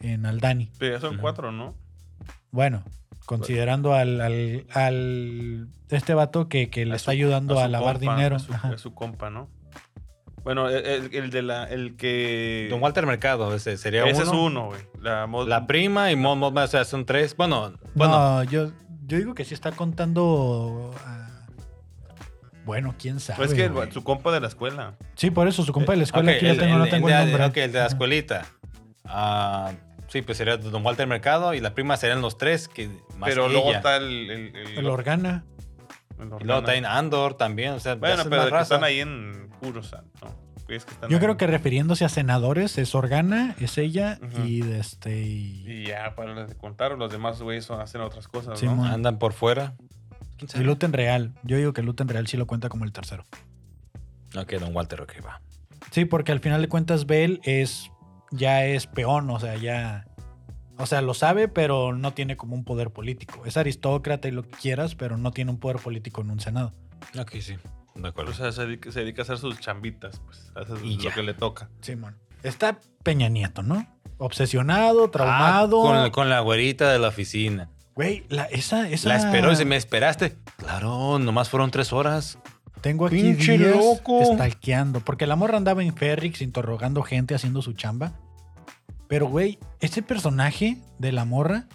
S2: en Aldani.
S1: Pero ya son
S3: Ujú.
S1: cuatro, ¿no?
S2: Bueno, considerando al, al, al- este vato que, que le
S1: A
S2: está
S1: su-
S2: ayudando a,
S1: su
S2: lavar
S1: compa,
S2: dinero.
S1: A su,
S2: Ajá.
S1: a su compa, ¿no? Bueno, el, el- el de la, el que.
S3: Don Walter Mercado, ese sería
S1: Ese es
S3: uno.
S1: uno, güey. La, mod-
S3: La prima y Mon Mothma, o sea, son tres. Bueno, bueno.
S2: No, yo, yo digo que sí está contando. ah, bueno, quién sabe.
S1: Pues es que el-
S2: güey.
S1: su compa de la escuela.
S2: Sí, por eso, su compa de la escuela
S3: Eh, Ok,
S2: aquí ya
S3: el-
S2: tengo, no
S3: el-
S2: tengo
S3: el
S2: el
S3: de-
S2: nombre.
S3: ok, el de la escuelita. Ah, sí, pues sería Don Walter Mercado y la prima serían los tres que más
S1: pero
S3: que
S1: luego
S3: ella.
S1: está el. El, el,
S2: El Organa.
S1: el
S3: Y luego
S1: Organa.
S3: está en Andor también, o sea,
S1: Bueno,
S3: ya es
S1: pero
S3: más
S1: de que
S3: raza.
S1: están ahí en Kurosan, ¿no? Es que están
S2: Yo
S1: ahí.
S2: creo que refiriéndose a senadores es Organa, es ella
S1: Ujú.
S2: y de este. Y,
S1: Y ya, para de contar, los demás güeyes son- hacen otras cosas,
S2: Sí,
S1: ¿no?
S2: mon.
S3: Andan por fuera. Ah. ¿Quién
S2: y Luten Real. Yo digo que Luten Real sí lo cuenta como el tercero.
S3: Ok, Don Walter, ok, va.
S2: Sí, porque al final de cuentas Bell es. ya es peón, o sea, ya. O sea, lo sabe, pero no tiene como un poder político. Es aristócrata y lo que quieras, pero no tiene un poder político en un senado.
S3: Ok, sí. De acuerdo.
S1: O sea, se dedica, se dedica a hacer sus chambitas, pues. Hace
S3: Y
S1: lo
S3: ya.
S1: que le toca.
S2: Simón. Está Peña Nieto, ¿no? Obsesionado, traumado.
S3: Ah, con, con la güerita de la oficina.
S2: Güey, la, esa, esa.
S3: La esperó y dice, ¿me esperaste? Claro, nomás fueron tres horas.
S2: Tengo aquí
S3: Pinche
S2: días
S3: loco.
S2: stalkeando. Porque la morra andaba en Ferrix interrogando gente, haciendo su chamba. Pero, güey, este personaje de la morra,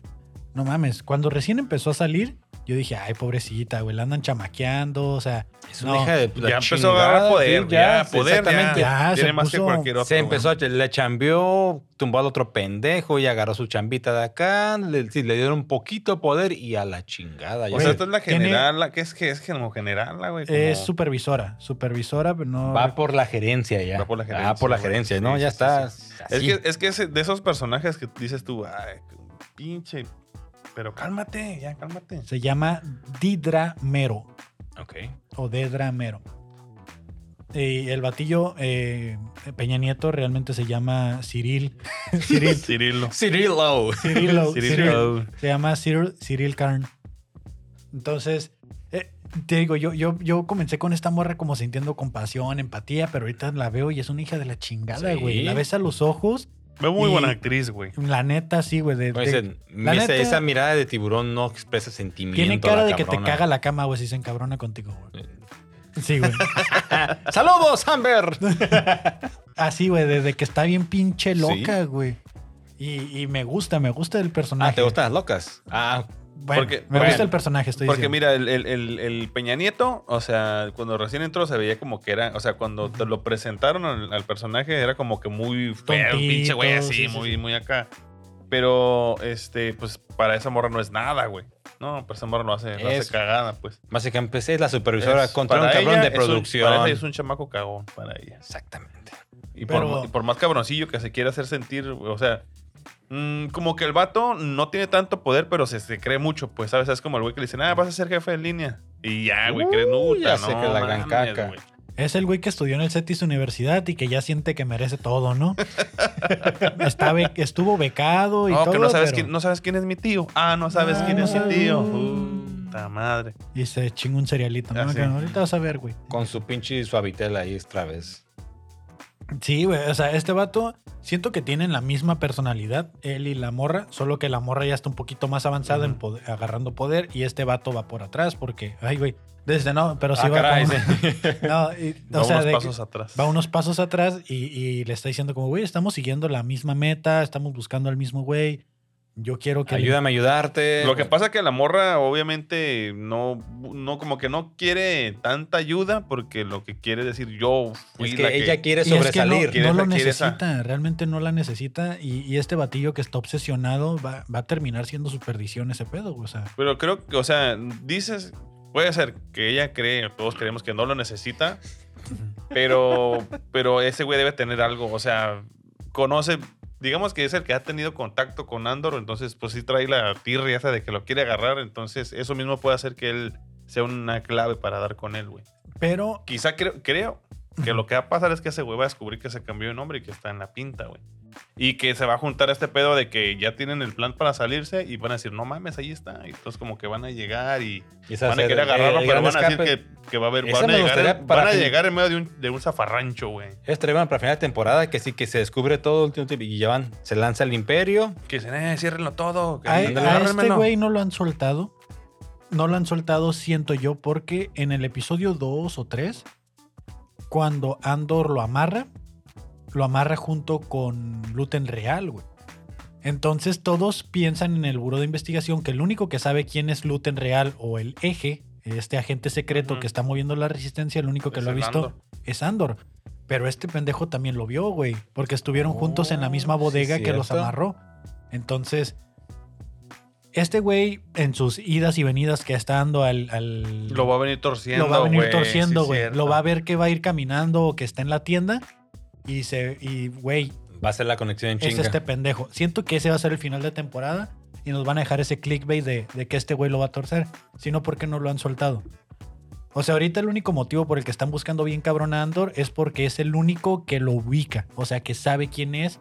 S2: no mames, cuando recién empezó a salir, yo dije, ay, pobrecita, güey, la andan chamaqueando, o sea,
S3: Es una
S2: No,
S3: hija de la
S1: Ya empezó a
S3: chingada,
S1: agarrar poder,
S3: sí,
S1: ya,
S3: sí,
S1: poder,
S3: Exactamente.
S1: ya.
S2: Ya,
S1: Tiene
S2: se
S1: más que
S2: puso-
S1: cualquier otro.
S3: Se empezó, a, le chambeó, tumbó al otro pendejo y agarró su chambita de acá. Le, sí, le dieron un poquito poder y a la chingada. ya
S1: O sea,
S3: se-
S1: esta es la
S2: tiene-
S1: general, la que es que es como general, la güey. como-
S2: es supervisora, supervisora, pero no...
S3: va por la gerencia ya.
S1: Va por la
S3: Ah, por la
S1: gerencia,
S3: gerencia,
S1: güey.
S3: ¿no?
S1: Sí,
S3: ya
S1: sí,
S3: está.
S1: Es
S3: así.
S1: que, es que ese- de esos personajes que dices tú, ay, pinche. Pero cálmate, ya, cálmate.
S2: Se llama Didra Mero.
S3: Ok.
S2: o de Dramero. Y el batillo eh, Peña Nieto realmente se llama Cyril. Cyril.
S1: Cirilo.
S3: Cirilo.
S2: Cirilo, Cyril.
S1: Cirilo.
S2: Se llama Cyril, Cyril Karn. Entonces, eh, te digo, yo, yo, yo comencé con esta morra como sintiendo compasión, empatía, pero ahorita la veo y es una hija de la chingada,
S3: Sí.
S2: güey. La ves a los ojos,
S1: Ve muy
S2: Y-
S1: buena actriz, güey.
S2: la neta, sí, güey. de-
S3: Como
S2: de-
S3: dicen,
S2: la
S3: esa,
S2: neta-
S3: esa mirada de tiburón no expresa sentimiento.
S2: tiene cara
S3: la
S2: de que te
S3: cabrona.
S2: caga la cama, güey, si se encabrona contigo, güey. Sí, güey.
S3: ¡Saludos, Amber!
S2: Así, güey, desde que está bien pinche
S3: Sí.
S2: loca, güey. Y, y me gusta, me gusta el personaje.
S3: Ah, ¿te gustan las locas? Ah,
S2: Bueno,
S1: Porque-
S2: me
S1: bueno,
S2: gusta el personaje, estoy
S1: Porque
S2: diciendo.
S1: mira, el, el- el- el Peña Nieto, o sea, cuando recién entró se veía como que era, o sea, cuando te lo presentaron al, al personaje era como que muy feo,
S2: Tontito,
S1: pinche güey, así,
S2: sí, sí,
S1: muy,
S2: sí.
S1: muy acá. Pero, este, pues para esa morra no es nada, güey. No, para esa morra no hace, no hace
S3: Eso.
S1: cagada, pues.
S3: básicamente esa es la supervisora
S1: Es-
S3: contra un
S1: para
S3: cabrón
S1: ella
S3: de
S1: es un- para
S3: producción.
S1: ella es un chamaco cagón, para ella.
S3: Exactamente.
S1: Y por,
S2: Pero-
S1: y por más cabroncillo que se quiera hacer sentir, o sea, mm, como que el vato no tiene tanto poder, pero se, se cree mucho, pues, ¿sabes? Es como el güey que le dicen, ah, vas a ser jefe en línea. Y ya, güey, crees, no,
S3: Uy, ya
S1: puta,
S3: sé
S1: no,
S3: que la gran
S1: mames,
S3: caca.
S1: güey".
S2: Es el güey que estudió en el CETIS Universidad y que ya siente que merece todo, ¿no? Está be- estuvo becado y
S1: No,
S2: todo.
S1: que no sabes,
S2: pero-
S1: quién, no sabes quién es mi tío. Ah, no sabes
S2: Ah,
S1: quién
S2: no
S1: es mi
S2: sabes.
S1: tío.
S2: Mm.
S1: Puta madre.
S2: Y se chingó un cerealito. ¿no?
S1: Ah, sí.
S2: Ahorita vas a ver, güey.
S3: Con su pinche suavitel ahí otra vez.
S2: Sí, güey. O sea, este vato, siento que tienen la misma personalidad, él y la morra, solo que la morra ya está un poquito más avanzada en
S1: Ujú.
S2: poder- agarrando poder y este vato va por atrás porque, ay, güey. Desde no, pero sí
S3: Ah,
S2: va
S3: caray,
S2: como-
S3: sí.
S2: No, y- o
S1: Va
S2: sea,
S1: unos
S2: de que-
S1: pasos atrás.
S2: va unos pasos atrás y, y le está diciendo como, güey, estamos siguiendo la misma meta, estamos buscando al mismo güey. Yo quiero que... le-
S3: Ayúdame a ayudarte.
S1: Lo que pasa es que la morra obviamente no, no, como que no quiere tanta ayuda porque lo que quiere decir yo fui
S3: es que
S1: la que...
S3: ella quiere
S2: Y es que no-
S3: sobresalir.
S2: no,
S1: Quiere
S2: lo
S1: esa- quiere esa-
S2: necesita, realmente no la necesita. Y, y este batillo que está obsesionado va, va a terminar siendo su perdición ese pedo, güey, O sea,
S1: Pero creo que, o sea, dices, puede ser que ella cree, o todos creemos que no lo necesita, pero, pero ese güey debe tener algo, o sea, conoce, digamos que es el que ha tenido contacto con Andor, entonces pues sí trae la tirria esa de que lo quiere agarrar, entonces eso mismo puede hacer que él sea una clave para dar con él, güey.
S2: pero...
S1: Quizá creo, creo que lo que va a pasar es que ese güey va a descubrir que se cambió de nombre y que está en la pinta, güey. Y que se va a juntar este pedo de que ya tienen el plan para salirse y van a decir, no mames, ahí está. Y entonces como que van a llegar y
S3: Quizás
S1: van a
S3: el-
S1: querer
S2: eh,
S1: agarrarlo,
S3: el
S1: pero
S3: gran
S1: van a decir
S3: eh, escape.
S1: que, que va a haber,
S3: Esa
S1: van a,
S3: me gustaría
S1: llegar,
S3: para
S1: van a
S3: fin-
S1: llegar en medio de un, de un zafarrancho, güey.
S3: Esto lo iban para final de temporada, que sí, que se descubre todo el último tiempo y ya van, se lanza el imperio.
S1: Que dicen, eh, ciérrenlo todo. que
S2: A,
S1: ándale,
S2: a este
S1: agárrenmelo".
S2: güey no lo han soltado. No lo han soltado, siento yo, porque en el episodio 2 o 3, cuando Andor lo amarra, lo amarra junto con Luten Real, güey. Entonces todos piensan en el buro de investigación que el único que sabe quién es Luten Real o el eje, este agente secreto
S1: Ujú.
S2: que está moviendo la resistencia, el único que
S1: Es
S2: lo ha
S1: el
S2: visto
S1: Andor.
S2: es Andor. Pero este pendejo también lo vio, güey, porque estuvieron juntos en la
S3: Oh,
S2: misma
S3: sí,
S2: bodega que los
S3: cierto.
S2: amarró. Entonces, este güey en sus idas y venidas que está dando al... al-
S1: Lo va a venir torciendo,
S2: lo va a venir
S1: güey, sí,
S2: torciendo, güey.
S1: cierto.
S2: lo va a ver que va a ir caminando o que está en la tienda y se... Y, güey,
S3: Va a ser la conexión en
S2: es
S3: chinga.
S2: este pendejo. Siento que ese va a ser el final de temporada y nos van a dejar ese clickbait de, de que este güey lo va a torcer, sino porque no lo han soltado. O sea, ahorita el único motivo por el que están buscando bien cabrón a Andor es porque es el único que lo ubica, o sea, que sabe quién es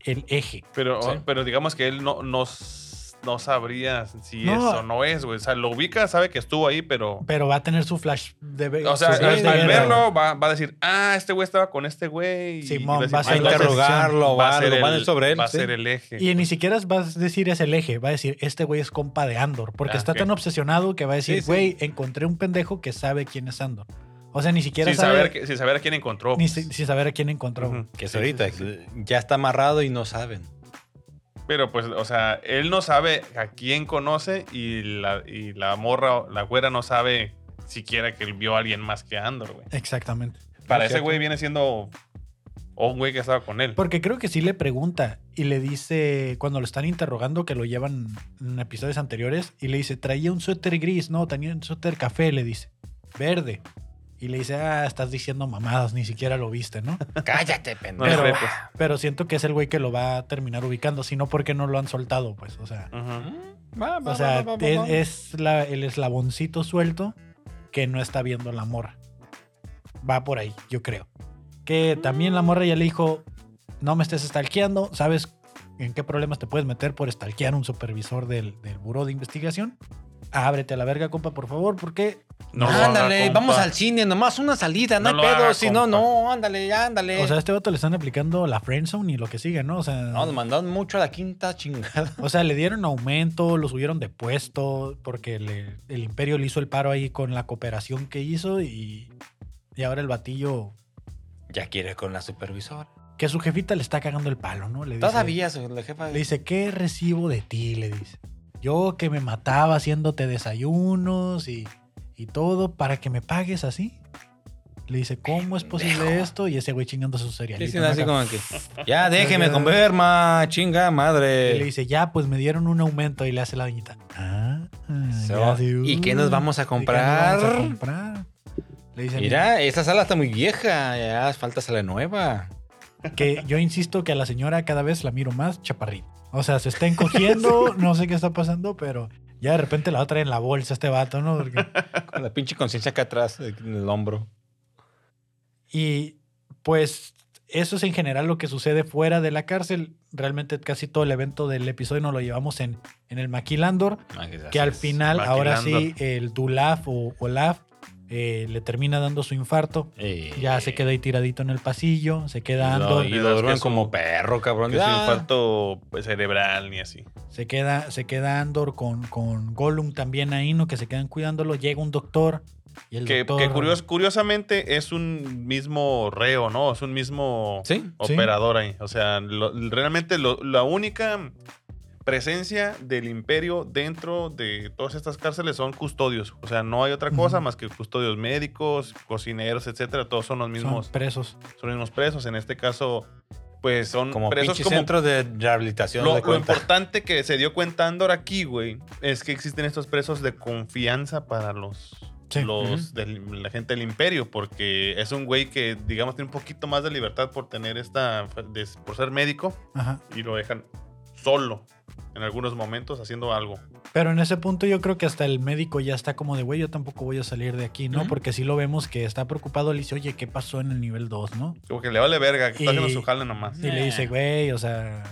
S2: el eje.
S1: Pero,
S3: Sí.
S1: pero digamos que él no, no, s- no sabría si
S2: No.
S1: es o no es, güey. O sea, lo ubica, sabe que estuvo ahí, pero...
S2: Pero va a tener su flash de ve-
S1: O sea,
S2: su
S1: al,
S2: flash
S3: Sí, sí,
S2: de
S1: al
S2: guerra, güey.
S1: verlo va, va a decir, ah, este güey estaba con este güey. y-
S2: Simón,
S1: y
S2: va a
S1: decir,
S3: Va a
S2: ser la
S1: entonces
S3: interrogarlo, va,
S1: va a ser
S3: lo van a
S1: el-
S3: sobre él.
S1: Va a
S3: sí.
S1: ser el eje.
S2: Y ni siquiera vas a decir es el eje, va a decir, este güey es compa de Andor, porque
S1: Ah,
S2: está
S1: ok.
S2: tan obsesionado que va a decir,
S3: Sí, sí.
S2: güey, encontré un pendejo que sabe quién es Andor. O sea, ni siquiera
S1: sin,
S2: sabe,
S1: saber, que- sin saber a quién encontró.
S2: ni
S1: pues.
S2: si- sin saber a quién encontró. güey.
S1: Ujú.
S3: Que es
S1: Sí,
S3: ahorita,
S1: sí, sí.
S3: ya está amarrado y no saben.
S1: Pero pues, o sea, él no sabe a quién conoce y la, y la morra, o la güera no sabe siquiera que él vio a alguien más que Andor, güey.
S2: Exactamente.
S1: Para
S3: Es
S1: ese
S3: cierto.
S1: güey viene siendo o un güey que estaba con él.
S2: Porque creo que sí le pregunta y le dice, cuando lo están interrogando, que lo llevan en episodios anteriores, y le dice, traía un suéter gris, no, tenía un suéter café, le dice, verde. Y le dice, ah, estás diciendo mamadas, ni siquiera lo viste, ¿no?
S3: Cállate,
S1: No
S3: pendejo.
S1: le
S2: pero-
S1: cree, pues.
S2: Pero siento que es el güey que lo va a terminar ubicando, sino porque no lo han soltado, pues, o sea.
S1: Ujú.
S2: O sea, es, es la- el eslaboncito suelto que no está viendo la morra. Va por ahí, yo creo. Que también la morra ya le dijo, no me estés stalkeando, ¿sabes en qué problemas te puedes meter por stalkear a un supervisor del, del buró de investigación? Ábrete a la verga, compa, por favor, porque
S1: No lo haga,
S3: ándale,
S1: compa.
S3: vamos al cine, nomás una salida, no,
S1: No
S3: hay
S1: lo
S3: pedo.
S1: haga,
S3: Si no,
S1: compa.
S3: no, ándale, ya, ándale.
S2: o sea, a este vato le están aplicando la friendzone y lo que sigue, ¿no? O sea,
S3: no, nos mandaron mucho a la quinta chingada.
S2: o sea, le dieron aumento, lo subieron de puesto, porque le- el imperio le hizo el paro ahí con la cooperación que hizo y, y ahora el batillo
S3: Ya quiere con la supervisora.
S2: que su jefita le está cagando el palo, ¿no? Le dice-
S3: Todavía, su- la jefa.
S2: Le dice, ¿qué recibo de ti? Le dice. Yo que me mataba haciéndote desayunos y, y todo para que me pagues así. Le dice, ¿cómo es posible esto? Y ese güey chingando sus
S3: Sí,
S2: cerealitos.
S3: sí,
S2: ¿no?
S3: así
S2: Acá.
S3: como que, Ya déjeme comer, ma. Chinga
S2: Y
S3: madre.
S2: le dice, ya, pues me dieron un aumento y le hace la doñita. Ah, ah,
S3: So,
S2: ya de-
S3: ¿y qué nos vamos a
S2: ¿y qué nos vamos
S3: comprar?
S2: a comprar? Le dice, mira,
S3: Mira, esta sala está muy vieja. Ya falta sala nueva.
S2: que yo insisto que a la señora cada vez la miro más chaparrita. O sea, se está encogiendo, no sé qué está pasando, pero ya de repente la va a traer en la bolsa este vato, ¿no? Porque-
S3: Con la pinche conciencia acá atrás, en el hombro.
S2: Y pues eso es en general lo que sucede fuera de la cárcel. Realmente casi todo el evento del episodio nos lo llevamos en, en el Maquilandor,
S3: Ah,
S2: que al final, ahora sí,
S1: Maquilandor.
S2: el Dulaf o Olaf eh, le termina dando su infarto.
S1: Eh,
S2: Ya se queda ahí tiradito en el pasillo, se queda
S3: dando.
S2: Andor,
S3: Y
S1: Le
S3: lo
S1: das
S3: duermen
S1: queso.
S3: como perro, cabrón.
S1: Que es
S3: Ah,
S1: un infarto pues, cerebral ni así.
S2: se queda, se queda Andor con, con Gollum también ahí, ¿no? Que se quedan cuidándolo. Llega un doctor y el
S1: Que,
S2: doctor.
S1: que curios- curiosamente es un mismo reo, ¿no? Es un mismo
S3: Sí.
S2: Sí.
S1: operador ahí. O sea, lo- realmente lo- la única presencia del imperio dentro de todas estas cárceles son custodios. O sea, no hay otra cosa
S2: Ujú.
S1: más que custodios médicos, cocineros, etcétera. Todos son los mismos,
S2: Son presos.
S1: son, los mismos presos. En este caso, pues son
S3: Como
S1: presos
S3: pinche
S1: como
S3: centro de rehabilitación.
S1: lo,
S3: de
S1: lo
S3: cuenta.
S1: importante que se dio cuenta Andor aquí, güey, es que existen estos presos de confianza para los,
S2: Sí.
S1: los del- la gente del imperio, porque es un güey que, digamos, tiene un poquito más de libertad por tener esta, de- por ser médico,
S2: Ajá.
S1: y lo dejan solo en algunos momentos haciendo algo.
S2: Pero en ese punto yo creo que hasta el médico ya está como de, güey, yo tampoco voy a salir de aquí, ¿no?
S3: Ujú.
S2: Porque sí lo vemos que está preocupado, le dice, oye, ¿qué pasó en el nivel 2, no?
S1: Como que le vale verga, que
S2: Y-
S1: está haciendo su jale nomás.
S2: Y le dice, güey, o sea,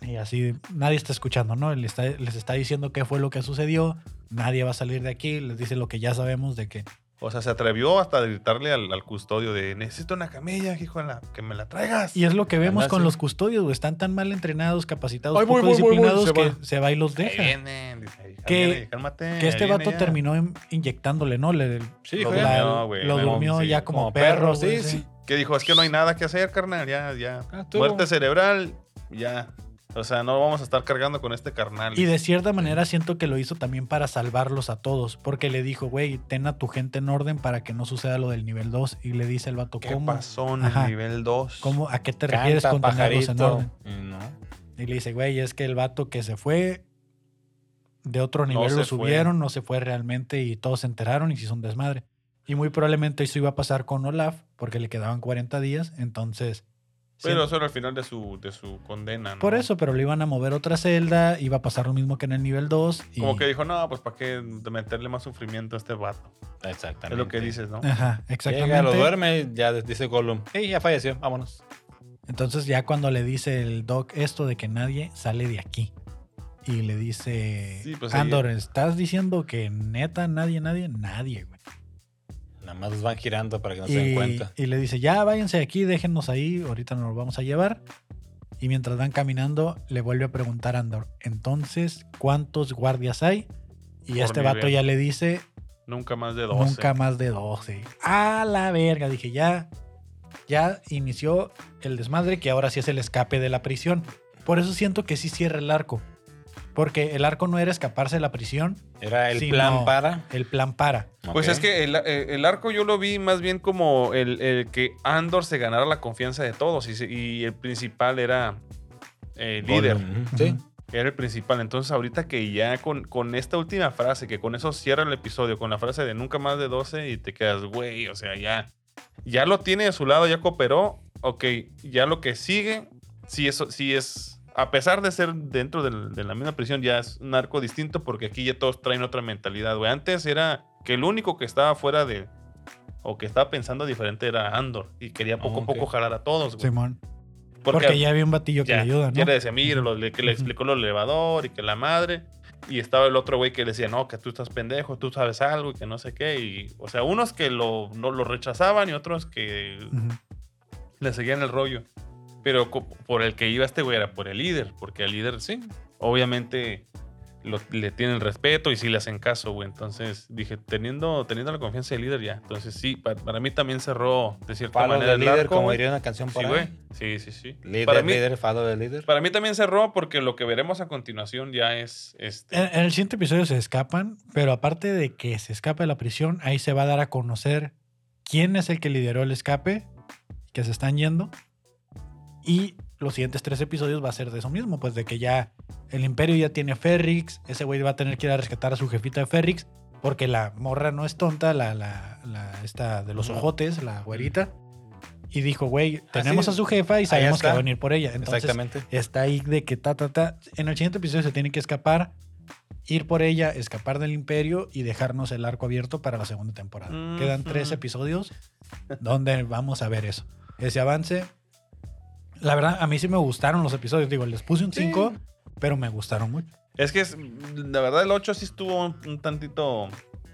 S2: y así, nadie está escuchando, ¿no? Le está- les está diciendo qué fue lo que sucedió, nadie va a salir de aquí, les dice lo que ya sabemos de que,
S1: O sea, se atrevió hasta a gritarle al, al custodio de, necesito una camilla, hijo de la, que me la traigas.
S2: Y es lo que vemos
S3: Andarse.
S2: con los custodios, güey, están tan mal entrenados, capacitados,
S3: Ay, voy,
S2: poco
S3: voy, voy, voy,
S2: disciplinados
S3: se
S2: que se va y los
S1: Ahí
S2: deja.
S1: vienen, dice, ahí
S2: Que-
S1: viene, cálmate,
S2: Que este
S1: ahí viene
S2: vato
S1: ya.
S2: terminó in- inyectándole, ¿no? Le,
S3: Sí,
S2: lo,
S3: fue-
S2: la-
S1: durmió, güey,
S2: lo
S1: la-
S2: durmió
S1: sí,
S2: ya como,
S3: como
S2: perro,
S3: perro,
S2: güey,
S3: sí, sí.
S1: que dijo, es que no hay nada que hacer, carnal, ya, ya.
S3: Ah, tú.
S1: Muerte cerebral, ya. O sea, no vamos a estar cargando con este carnal.
S2: Y de cierta manera siento que lo hizo también para salvarlos a todos, porque le dijo, güey, ten a tu gente en orden para que no suceda lo del nivel 2. Y le dice el vato,
S1: ¿Qué
S2: ¿cómo?
S1: pasó en el
S2: Ajá.
S1: nivel 2?
S2: ¿Cómo? ¿A qué te refieres
S3: Canta,
S2: con tenerlos en
S3: pajarito.
S2: orden?
S3: Y No.
S2: Y le dice, güey, es que el vato que se fue de otro
S1: No
S2: nivel lo
S1: se fue.
S2: subieron, no se fue realmente y todos se enteraron y se hizo un desmadre. Y muy probablemente eso iba a pasar con Olaf, porque le quedaban 40 días, entonces...
S1: Pero
S2: siento-
S1: eso era al final de su, de su condena, ¿no?
S2: Por eso, pero lo iban a mover a otra celda, iba a pasar lo mismo que en el nivel 2. Y...
S1: Como que dijo, no, pues para qué meterle más sufrimiento a este vato.
S3: Exactamente.
S1: Es lo que dices, ¿no?
S2: Ajá, exactamente.
S3: Llega, lo duerme, ya dice Gollum. Ey, ya falleció, vámonos.
S2: Entonces ya cuando le dice el doc esto de que nadie sale de aquí y le dice
S1: Sí, pues ahí-
S2: Andor, ¿estás diciendo que neta nadie, nadie, nadie, güey?
S3: Nada más los van girando para que no se den
S2: y,
S3: cuenta.
S2: y le dice, ya váyanse de aquí, déjennos ahí, ahorita nos lo vamos a llevar. Y mientras van caminando, le vuelve a preguntar a Andor, entonces, ¿cuántos guardias hay? Y
S1: Por
S2: este
S1: nivel.
S2: vato ya le dice,
S1: Nunca más de 12.
S2: Nunca más de 12. A la verga, dije, ya, ya inició el desmadre que ahora sí es el escape de la prisión. Por eso siento que sí cierra el arco. Porque el arco no era escaparse de la prisión,
S3: Era el
S2: sí,
S3: plan
S2: no.
S3: para.
S2: el plan para.
S1: Pues
S3: Ok.
S1: es que el, eh, el arco yo lo vi más bien como el, el que Andor se ganara la confianza de todos y, se- y el principal era el líder.
S3: Gollum, ujú. Sí.
S2: Ujú.
S1: Era el principal. Entonces, ahorita que ya con, con esta última frase, que con eso cierra el episodio, con la frase de nunca más de 12 y te quedas, güey, o sea, ya. Ya lo tiene de su lado, ya cooperó. Ok, ya lo que sigue, sí, eso, sí es. A pesar de ser dentro del- de la misma prisión, ya es un arco distinto porque aquí ya todos traen otra mentalidad, güey. Antes era que el único que estaba fuera de. O que estaba pensando diferente era Andor y quería poco
S3: Ok.
S1: a poco jalar a todos, güey.
S2: Simón. Ah, Porque, ya había un batillo que
S1: Ya,
S2: le ayuda, ¿no?
S1: ya le decía, mira, lo- le- que le
S2: Ujú.
S1: explicó el elevador y que la madre. Y estaba el otro güey que le decía, no, que tú estás pendejo, tú sabes algo y que no sé qué. Y, o sea, unos que lo, no, lo rechazaban y otros que
S2: Ujú.
S1: le seguían el rollo. Pero co- por el que iba este güey era por el líder, porque el líder, sí, obviamente lo- le tienen respeto y sí le hacen caso, güey. Entonces dije, teniendo, teniendo la confianza del líder ya. Entonces sí, pa- para, mí también cerró de cierta
S3: Falo
S1: manera
S3: del
S1: el
S3: líder,
S1: arco,
S3: como
S1: güey.
S3: diría una canción
S1: Sí,
S3: por
S1: güey.
S3: ahí.
S1: Sí, sí, sí.
S3: Líder,
S1: para, mí,
S3: líder, falo del líder.
S1: para mí también cerró porque lo que veremos a continuación ya es este.
S2: En, en el siguiente episodio se escapan, pero aparte de que se escapa de la prisión, ahí se va a dar a conocer quién es el que lideró el escape, que se están yendo. Y los siguientes tres episodios va a ser de eso mismo, pues de que ya el imperio ya tiene a Ferrix, ese güey va a tener que ir a rescatar a su jefita de Ferrix, porque la morra no es tonta, la, la, la- esta de los ojotes, la güerita. Y dijo, güey, tenemos
S3: sí.
S2: a su jefa y sabemos que
S3: está.
S2: va a venir por ella. Entonces,
S3: Exactamente.
S2: está ahí de que ta, ta, ta. En el siguiente episodio se tiene que escapar, ir por ella, escapar del imperio y dejarnos el arco abierto para la segunda temporada.
S1: Ujú.
S2: Quedan tres episodios donde vamos a ver eso. Ese avance. La verdad, a mí sí me gustaron los episodios. Digo, les puse un
S1: Sí.
S2: 5, pero me gustaron mucho.
S1: Es que es, la verdad el 8 sí estuvo un, un tantito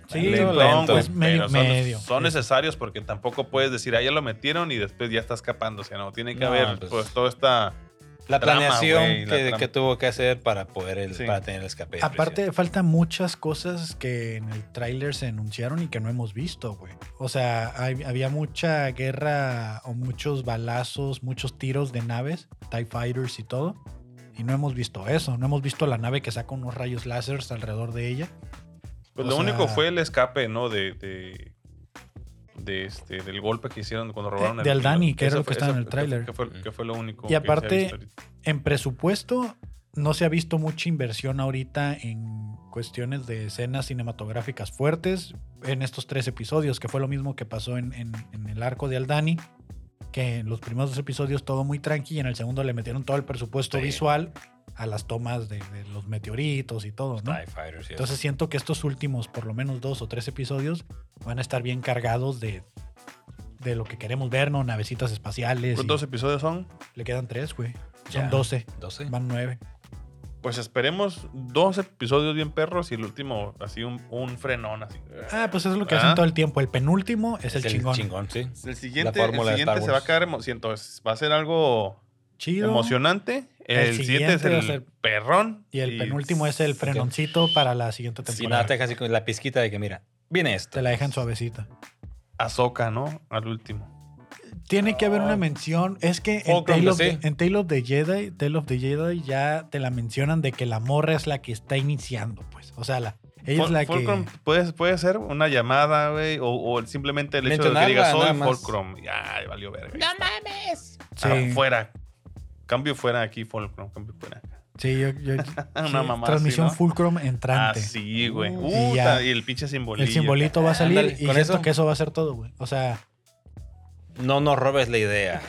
S2: Sí,
S1: lentón,
S3: lento.
S1: güey,
S2: Es medio-
S1: pero son,
S2: medio.
S1: son necesarios porque tampoco puedes decir, ah, ya lo metieron y después ya está escapándose, ¿no? Tiene que
S3: No,
S1: haber pues,
S3: pues,
S1: toda esta...
S3: La
S1: trama,
S3: planeación
S1: güey, la
S3: que,
S1: trama.
S3: que tuvo que hacer para poder el-
S1: Sí.
S3: para tener el escape. de
S2: Aparte, faltan muchas cosas que en el tráiler se enunciaron y que no hemos visto, güey. O sea, hay- había mucha guerra o muchos balazos, muchos tiros de naves, TIE Fighters y todo. Y no hemos visto eso. No hemos visto la nave que saca unos rayos láseres alrededor de ella.
S1: Pues
S2: O
S1: lo
S2: sea-
S1: único fue el escape, ¿no? De, de, de este, del golpe que hicieron cuando robaron
S2: de
S1: piloto.
S2: Aldani, Eh, que era
S1: Eso
S2: lo que
S1: fue-
S2: estaba
S1: eso
S2: en el
S1: fue-
S2: tráiler.
S1: Que fue, que fue lo único.
S2: Y
S1: que se ha
S2: aparte-
S1: visto ahorita.
S2: En presupuesto, no se ha visto mucha inversión ahorita en cuestiones de escenas cinematográficas fuertes en estos tres episodios, que fue lo mismo que pasó en, en- en el arco de Aldani, que en los primeros dos episodios todo muy tranqui y en el segundo le metieron todo el presupuesto
S3: Sí.
S2: visual a las tomas de, de los meteoritos y todo,
S3: prisión.
S2: ¿no?
S3: TIE Fighters, sí.
S2: Entonces siento que estos últimos, por lo menos dos o tres episodios, van a estar bien cargados de, de lo que queremos ver, ¿no? Navecitas espaciales. y-
S1: ¿Cuántos episodios son?
S2: le quedan tres, güey.
S3: Pues e- Ya.
S2: Son doce.
S3: 12.
S2: Van nueve.
S1: Pues esperemos dos episodios bien perros y el último así un, un frenón así.
S2: Ah, pues eso es lo que
S1: Ah.
S2: hacen todo el tiempo. El penúltimo es, el, chingón.
S3: sí.
S1: El siguiente,
S3: La
S1: el
S3: fórmula de
S1: siguiente se
S3: Star
S1: va a
S3: Wars.
S1: caer siento, va a ser algo
S2: Chido.
S1: emocionante. El,
S2: El
S1: siguiente,
S2: siguiente va a
S1: es el
S2: ser-
S1: perrón.
S2: Y el penúltimo es el frenoncito para la siguiente
S3: Si nada,
S2: temporada.
S3: te deja así con la pizquita de que, mira, viene esto.
S2: Te la dejan suavecita.
S1: Azoka, ¿no? Al último.
S2: Tiene que haber
S3: Ah.
S2: una mención. Es que en
S3: Oh, creo
S2: Tale,
S3: que
S2: of,
S3: sí.
S2: en Tale of the Jedi, Tale of the Jedi ya te la mencionan de que la morra es la que está iniciando, pues. O sea, la, ella es
S1: Fol-
S2: la
S1: Fulcrum
S2: que.
S1: puede, puede ser una llamada, güey, o, o simplemente el hecho de que
S3: Mencionarla,
S1: diga soy
S3: nada más".
S1: Fulcrum. Ya, valió verga.
S4: No mames.
S2: Sí,
S1: Ah, fuera. Cambio fuera aquí, Fulcrum. Cambio fuera.
S2: sí, yo- yo-
S1: Una
S2: sí,
S1: mamá así,
S2: transmisión
S1: ¿no?
S2: Fulcrum entrante.
S1: Así, Ah, güey.
S2: Y
S1: Puta,
S2: ya.
S1: y el pinche simbolito.
S2: el simbolito va a salir
S3: Ándale,
S2: y
S3: con
S2: siento
S3: eso.
S2: que eso va a ser todo, güey. O sea,
S3: No nos robes la idea.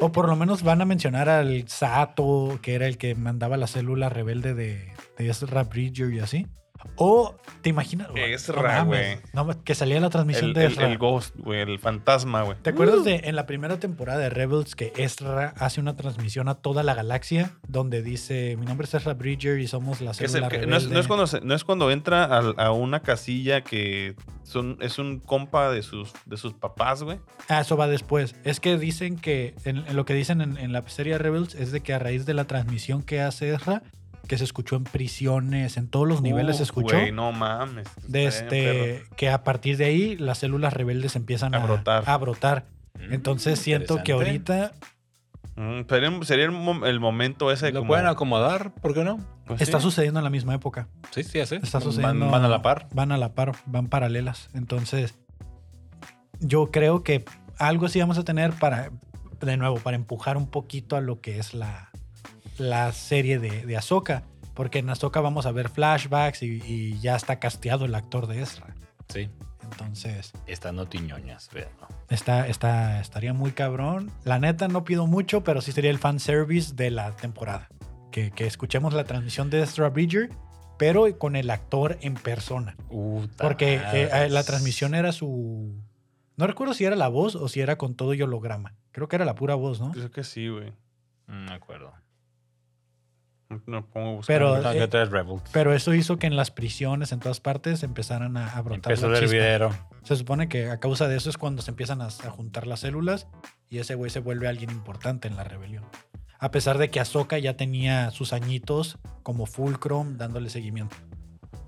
S2: O por lo menos van a mencionar al Sato, que era el que mandaba la célula rebelde de, de Ezra Bridger y así. O, ¿te imaginas? güey?
S1: Ezra,
S2: No mames.
S1: güey.
S2: No, que salía la transmisión
S1: El,
S2: de
S1: el,
S2: Ezra.
S1: el Uh. ghost, güey. El fantasma, güey.
S2: ¿Te acuerdas de en la primera temporada de Rebels que Ezra hace una transmisión a toda la galaxia donde dice, mi nombre es Ezra Bridger y somos la
S1: Que es
S2: célula
S1: el- que-
S2: rebelde?
S1: no, es, no es cuando se- no es cuando entra al- a, una casilla que son, es un compa de sus, de sus papás, güey.
S2: Ah, eso va después. Es que dicen que, en, en lo que dicen en, en la serie Rebels es de que a raíz de la transmisión que hace Ezra, que se escuchó en prisiones, en todos los niveles se
S1: Uh,
S2: escuchó.
S1: Güey, no mames.
S3: pues,
S2: de
S1: Está bien, perro.
S2: este que a partir de ahí las células rebeldes empiezan
S1: A
S2: a,
S1: brotar.
S2: a brotar. Entonces
S3: Mm,
S2: siento que
S3: interesante.
S2: ahorita
S1: Mm, sería sería el, mom- el momento ese.
S3: Lo
S1: como-
S3: pueden acomodar, ¿por qué no?
S1: pues
S2: está
S1: sí.
S2: sucediendo en la misma época.
S3: Sí, sí, así.
S2: Está
S3: Van-
S2: sucediendo-
S3: Van, a la par.
S2: Van a la par, van paralelas. Entonces, yo creo que algo así vamos a tener para, de nuevo, para empujar un poquito a lo que es la, la serie de, de Ahsoka. Porque en Ahsoka vamos a ver flashbacks y, y ya está casteado el actor de Ezra.
S3: Sí.
S2: Entonces,
S3: Están no tiñoñas, véanlo.
S2: Está, está, estaría muy cabrón. La neta, no pido mucho, pero sí sería el fanservice de la temporada. Que, que escuchemos la transmisión de Ezra Bridger, pero con el actor en persona. Porque eh,
S3: Ah,
S2: eh, la transmisión era su. No recuerdo si era la voz o si era con todo y holograma. Creo que era la pura voz, ¿no?
S1: Creo que sí, güey.
S3: No me Mm, acuerdo.
S1: No- No pongo buscar.
S2: Pero-
S1: güey.
S3: Tengo
S2: eh,
S3: que traer Rebels.
S2: Pero eso hizo que en las prisiones, en todas partes, empezaran a, a brotar.
S3: Empezó
S2: la
S3: el
S2: chispa.
S3: hervidero.
S2: Se supone que a causa de eso es cuando se empiezan a, a juntar las células y ese güey se vuelve alguien importante en la rebelión. A pesar de que Ahsoka ya tenía sus añitos como Fulcrum dándole seguimiento.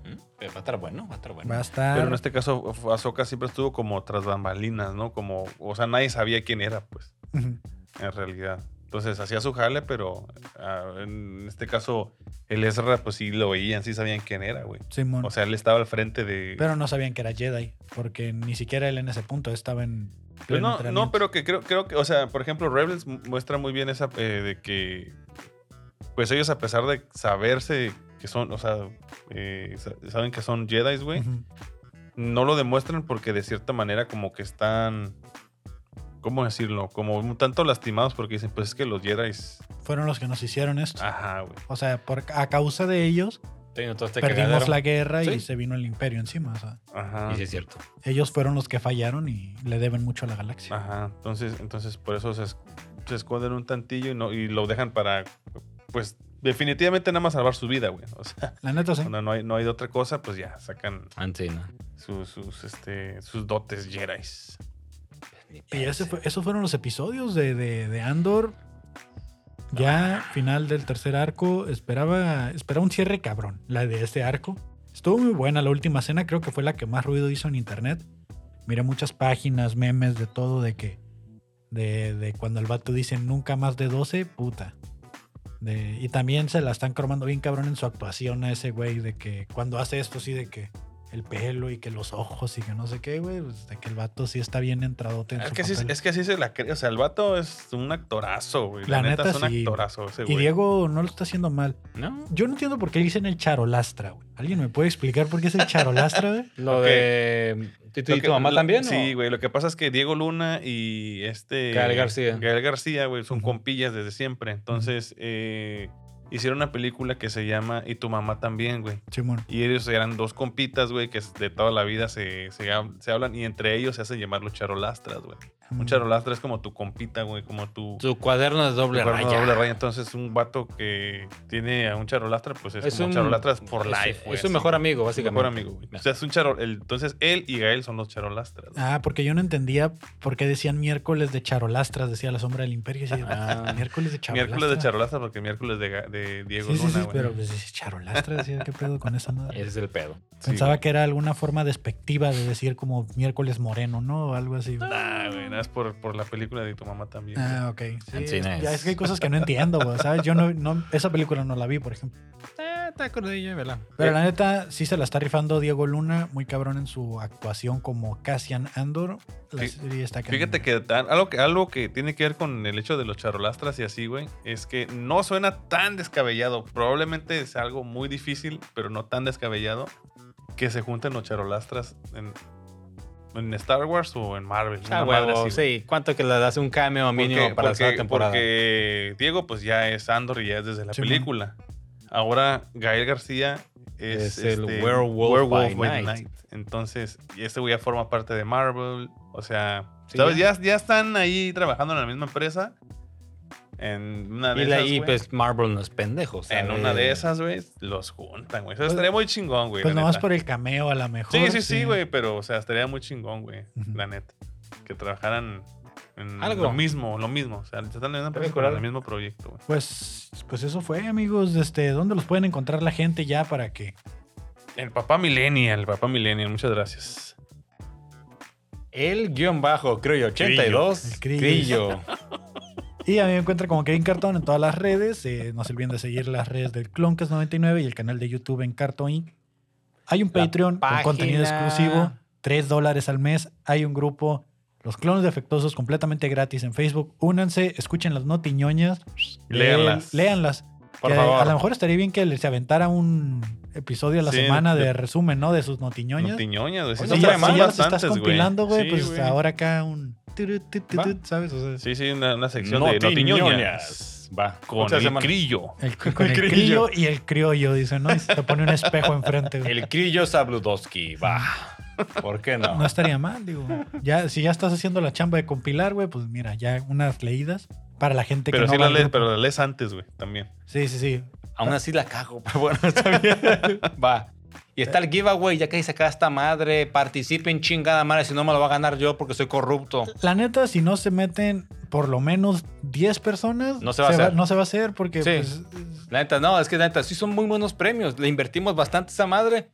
S3: Mm, pero va a estar bueno, va a estar bueno.
S2: Va a estar.
S1: Pero en este caso, Azoka siempre estuvo como tras bambalinas, ¿no? Como, o sea, nadie sabía quién era, pues,
S2: Ujú.
S1: en realidad. Entonces hacía su jale, pero ah, en este caso, el Ezra, pues sí lo veían, sí sabían quién era, güey.
S2: Simón.
S1: O sea, él estaba al frente de.
S2: pero no sabían que era Jedi, porque ni siquiera él en ese punto estaba en.
S1: Pues
S2: pleno
S1: no,
S2: entrenamiento.
S1: no, pero que creo, creo que, o sea, por ejemplo, Rebels mu- muestra muy bien esa eh, de que, pues ellos a pesar de saberse que son, o sea, eh, sa- saben que son Jedi, güey,
S2: Ujú.
S1: no lo demuestran porque de cierta manera como que están, ¿cómo decirlo? Como un tanto lastimados porque dicen, pues es que los Jedi,
S2: Fueron los que nos hicieron esto.
S1: ajá, güey.
S2: O sea, por, a causa de ellos
S3: Sí, no, todo este
S2: perdimos
S3: cagadero.
S2: la guerra y
S3: Sí.
S2: se vino el imperio encima. O sea,
S1: Ajá.
S3: Y sí es cierto.
S2: ellos fueron los que fallaron y le deben mucho a la galaxia.
S1: Ajá, entonces, entonces por eso se, es- se esconden un tantillo y, no, y lo dejan para, pues, definitivamente nada más salvar su vida, güey. O sea,
S2: La neta, sí.
S1: cuando no hay, no hay de otra cosa, pues ya, sacan
S3: Antes, ¿no?
S1: sus, sus, este, sus dotes Jedi.
S2: Y ese fue- esos fueron los episodios de, de- de Andor. Ya
S1: Ah.
S2: final del tercer arco. Esperaba, esperaba un cierre cabrón, la de este arco. Estuvo muy buena la última escena, creo que fue la que más ruido hizo en internet. Miré muchas páginas, memes, de todo, de que. De, de cuando el vato dice nunca más de 12, puta. De- y también se la están cromando bien cabrón en su actuación a ese güey, de que cuando hace esto, sí, de que el pelo y que los ojos y que no sé qué, güey, pues, de que el vato sí está bien entradote en
S1: Es
S2: su
S1: Ah, que, sí,
S2: papel.
S1: es que sí se la cree. O sea, el vato es un actorazo, güey. La,
S2: La
S1: neta,
S2: neta,
S1: es un
S2: sí.
S1: actorazo ese, este
S2: Y
S1: güey.
S2: Diego no lo está haciendo mal.
S3: No.
S2: Yo no entiendo por qué le dicen el charolastra, güey. ¿Alguien me puede explicar por qué es el charolastra, güey?
S3: Lo
S1: Ok.
S3: de. ¿Y tu,
S1: Lo
S3: y tu
S1: que-
S3: mamá
S1: lo-
S3: también? o?
S1: Sí, güey. Lo que pasa es que Diego Luna y este.
S3: Gael García.
S1: Gael García, güey, son
S2: Ujú.
S1: compillas desde siempre. Entonces, eh, hicieron una película que se llama Y tu mamá también, güey.
S2: Simón.
S1: Y ellos eran dos compitas, güey, que es- de toda la vida se, se, hab- se hablan y entre ellos se hacen llamar los charolastras, güey.
S2: Mm.
S1: Un charolastra es como tu compita, güey, como tu.
S3: Su cuaderno es doble
S1: tu cuerno
S3: raya.
S1: doble raya. Entonces, un vato que tiene a un charolastra, pues es, como charolastra for
S3: es-
S1: life, güey.
S3: Es su
S1: así,
S3: mejor
S1: güey.
S3: amigo,
S1: Su
S3: básicamente.
S1: mejor amigo, güey. O sea, es un charo. el- entonces, él y Gael son los charolastras. güey.
S2: Ah, porque yo no entendía por qué decían miércoles de charolastras, decía la sombra del imperio. Y decía,
S3: Ah.
S2: miércoles de charolastra.
S1: Miércoles de charolastras porque miércoles de, Ga- de Diego
S2: Sí, sí,
S1: Luna,
S2: sí,
S1: güey.
S2: pero pues, dice charolastra, decía, ¿qué pedo con esa madre?
S3: Ese es el pedo.
S1: Sí,
S2: Pensaba
S1: güey.
S2: que era alguna forma despectiva de decir como miércoles moreno, ¿no? O algo así. güey.
S1: Nah, güey, nada, es por, por la película de tu mamá también. güey.
S2: Ah, ok. Sí,
S3: Sí, no
S2: es-
S3: es.
S2: ya es que hay cosas que no entiendo, güey, ¿sabes? Yo no, no, esa película no la vi, por ejemplo.
S3: Eh, Está con ella, Eh, ¿verdad?
S2: Pero la neta, sí se la está rifando Diego Luna, muy cabrón en su actuación como Cassian Andor. La
S1: Fí-
S2: serie está cañón.
S1: Fíjate que tan- algo, que algo que tiene que ver con el hecho de los charolastras y así, güey, es que no suena tan descabellado. Probablemente es algo muy difícil, pero no tan descabellado, que se junten los charolastras en, en Star Wars o en Marvel.
S3: Ah,
S1: una madre
S3: huevo,
S1: así, güey.
S3: sí. ¿Cuánto que le das un cameo mínimo
S1: Porque-
S3: para
S1: porque,
S3: esta temporada?
S1: porque Diego, pues ya es Andor y ya es desde la
S2: Sí, man.
S1: película. Ahora Gael García es,
S3: Es el
S1: este,
S3: Werewolf by Night.
S1: Entonces, y este güey ya forma parte de Marvel. O sea,
S3: Sí,
S1: ¿sabes? Ya. ya están ahí trabajando en la misma empresa. En una de
S3: y
S1: esas.
S3: la y
S1: güey.
S3: pues Marvel no es pendejo. ¿sabes?
S1: en una de esas, güey, los juntan, güey. Eso
S2: Pues-
S1: estaría muy chingón, güey.
S2: Pues
S1: la
S2: nomás
S1: neta.
S2: por el cameo, a lo mejor.
S1: Sí, sí, sí, güey, pero, o sea, estaría muy chingón, güey,
S2: Ujú.
S1: la neta. Que trabajaran en
S3: Algo.
S1: lo mismo, lo mismo. O sea, se están en
S3: También
S1: el
S3: curado.
S1: mismo proyecto, güey.
S2: Pues, pues eso fue, amigos. Este, ¿Dónde los pueden encontrar la gente ya para que
S1: El papá Millennial, el papá Millennial, muchas gracias.
S3: El guión bajo, creo yo, 82.
S2: Crillo.
S3: Crillo.
S2: El Crillo. Y a mí me encuentran como Kevin Cartón en todas las redes. Eh, no se olviden de seguir las redes del Cloncast99 y el canal de YouTube en Cartón Inc. Hay un
S3: La
S2: Patreon con
S3: página.
S2: contenido exclusivo, 3 dólares al mes. Hay un grupo, Los Clones Defectuosos, completamente gratis en Facebook. Únanse, escuchen las notiñoñas.
S1: Léanlas.
S2: Eh, léanlas.
S3: Por
S2: Que
S3: favor.
S2: A lo mejor estaría bien que se aventara un episodio a la
S1: Sí,
S2: semana de,
S1: de-
S2: resumen, ¿no? De sus notiñoñas.
S1: Notiñoñas, güey. Sí,
S2: Si
S3: Oye,
S1: son
S3: no
S2: ya,
S3: trae
S2: si
S3: más
S2: ya las estás
S1: bastantes, güey.
S2: compilando, güey,
S1: Sí,
S2: pues
S1: güey.
S2: ahora acá un... turu, tu, tu,
S3: Va.
S2: tu, ¿Sabes? O sea,
S1: Sí, sí, una, una sección de Notiñoñas.
S3: Notiñoñas. Va.
S1: Con
S3: Otra
S1: el
S3: semana.
S1: crillo.
S2: El, con el,
S3: El
S2: crillo.
S3: crillo.
S2: y el criollo, dice, ¿no? Y se te pone un espejo enfrente. güey.
S3: El Crillo Sabludowski. Va. ¿Por qué no?
S2: No estaría mal, digo. Ya, si ya estás haciendo la chamba de compilar, güey, pues mira, ya unas leídas para la gente
S1: Pero
S2: que no
S1: sí
S2: va
S1: la
S2: al
S1: lees,
S2: grupo.
S1: pero la lees antes, güey, también.
S2: Sí, sí, sí.
S3: Aún así la cago, pero bueno, está bien. Va. Y está el giveaway, ya que dice acá esta madre, participen chingada madre, si no me lo va a ganar yo porque soy corrupto.
S2: La neta, si no se meten, por lo menos 10 personas.
S3: No se va a hacer.
S2: no se va a hacer porque
S3: Sí.
S2: pues,
S3: La neta, no, es que la neta, sí son muy buenos premios. Le invertimos bastante a esa madre.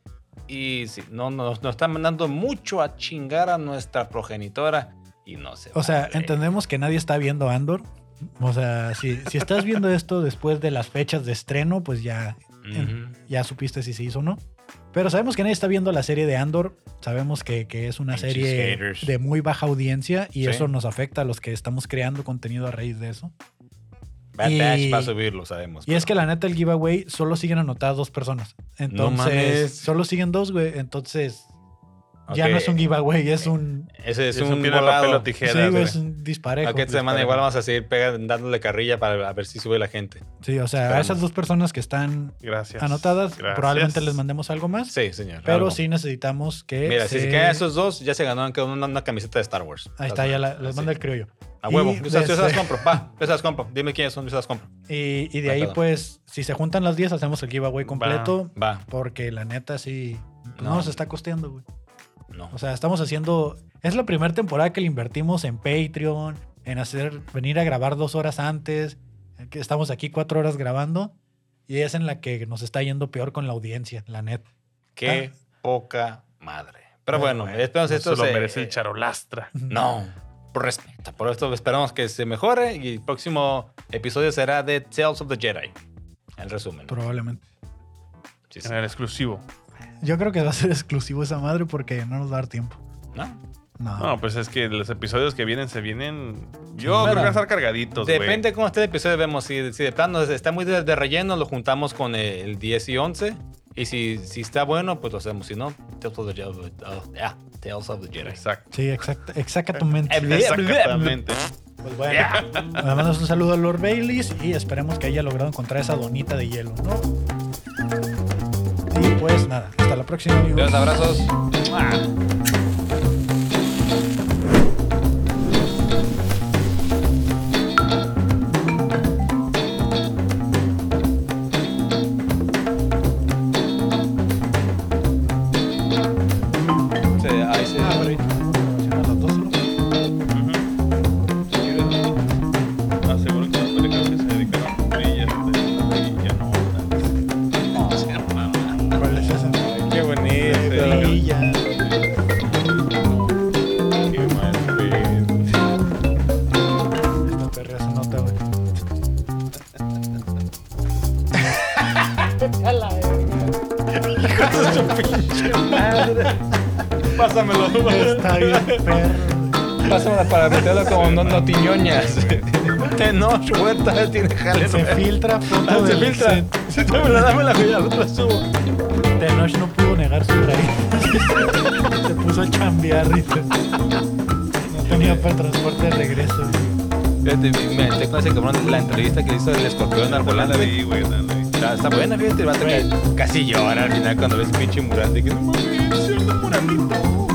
S3: Y sí, no, nos, nos están mandando mucho a chingar a nuestra progenitora. Y no sé.
S2: o sea, entendemos que nadie está viendo Andor. O sea, si, si estás viendo esto después de las fechas de estreno, pues ya, ya supiste si se hizo o no. Pero sabemos que nadie está viendo la serie de Andor. Sabemos que, que es una
S3: Pinches
S2: serie
S3: haters.
S2: de muy baja audiencia y
S3: Sí.
S2: eso nos afecta a los que estamos creando contenido a raíz de eso.
S3: Bad
S2: Y-
S3: Batch va a subir, lo sabemos.
S2: Y es que
S3: pero-
S2: la neta, el giveaway solo siguen anotadas dos personas. Entonces,
S3: mames.
S2: solo siguen dos, güey. Entonces, ya
S3: Ok,
S2: no es un giveaway, es un.
S3: Ese es,
S1: Es un
S3: un
S1: piedra, papel o
S3: volado.
S2: Sí,
S1: tijera.
S2: güey,
S1: güey.
S2: es un disparejo.
S3: Aunque esta semana igual vamos a seguir pega- dándole carrilla para a ver si sube la gente.
S2: Sí, o sea, a
S3: Esperemos.
S2: esas dos personas que están
S1: Gracias.
S2: anotadas,
S1: Gracias.
S2: probablemente les mandemos algo más.
S3: Sí, señor.
S2: Pero
S3: algo.
S2: sí necesitamos que.
S3: Mira, si
S2: se-
S3: se quedan esos dos, ya se ganaron cada uno una camiseta de Star Wars.
S2: Ahí está, ya la- les
S3: Así.
S2: manda el criollo.
S3: A huevo.
S2: Y
S3: Yo se las- yo se las
S2: desde-
S3: compro, pa. Yo se las compro. Dime quiénes son, yo se las compro.
S2: Y, y de
S3: Ah,
S2: ahí,
S3: perdón.
S2: pues, si se juntan las 10, hacemos el giveaway completo.
S3: Va.
S2: Porque la neta, sí. pues, no.
S3: No.
S2: nos está costeando, güey.
S3: No.
S2: O sea, estamos haciendo. Es la primera temporada que le invertimos en Patreon, en hacer. venir a grabar dos horas antes. que Estamos aquí cuatro horas grabando. Y es en la que nos está yendo peor con la audiencia, la neta.
S3: Qué poca madre. Pero
S2: Bueno,
S3: bueno,
S2: güey,
S3: esperamos
S1: No
S3: esto
S1: se lo
S3: se- eh,
S1: merece el charolastra.
S3: No, por respeto. Por esto esperamos que se mejore y el próximo episodio será de Tales of the Jedi. El resumen.
S2: Probablemente.
S3: Sí, sí.
S1: En el exclusivo.
S2: Yo creo que va a ser exclusivo esa madre porque no nos va a dar tiempo.
S3: ¿No?
S2: No.
S1: No, pues es que los episodios que vienen se vienen. Yo creo
S3: Bueno,
S1: que van a estar cargaditos, güey.
S3: Depende de cómo esté el episodio, vemos. Si, si de plano está muy de, de relleno, lo juntamos con el 10 y 11. Y si, si está bueno, pues lo hacemos. Si no, Tales of the Jedi. oh, yeah, Tales of the Jedi.
S1: Exacto.
S2: Sí, exacta, exactamente.
S3: Eh,
S1: Exactamente.
S2: Pues bueno. Le mandamos un saludo a Lord Baileys y esperemos que haya logrado encontrar esa donita de hielo, ¿no? Y pues nada, hasta la próxima, amigos.
S3: Besos, abrazos. Sí, ahí se-
S2: Ah, pero ahorita, a las 12, ¿no?
S1: Aseguro Ah, que los pelicanos que se dedicaron a cumplir ya no- ya no
S2: ¿Cuál es esa?
S3: Qué bonito.
S2: Y ya. Esta perra se nota, güey.
S3: Pásamelo.
S2: Está bien, perro.
S3: Pásamelo para meterlo como no, no tiñoñas. Tenoch, huerta, tiene jale.
S2: Se filtra, foto
S3: Se
S2: del-
S3: filtra. Se te la dame la joya, la otra subo.
S2: se- Tenoch no pudo negar su raíz. se puso a chambear, y se- No tenía para transporte de regreso, güey.
S3: Fíjate, me metí con ese cabrón la entrevista que hizo el escorpión al volante.
S1: ahí, güey, dale ahí.
S3: Está, está buena, fíjate, el vato que casi llora al final cuando ves pinche mural. De que no mames, cierto muralito.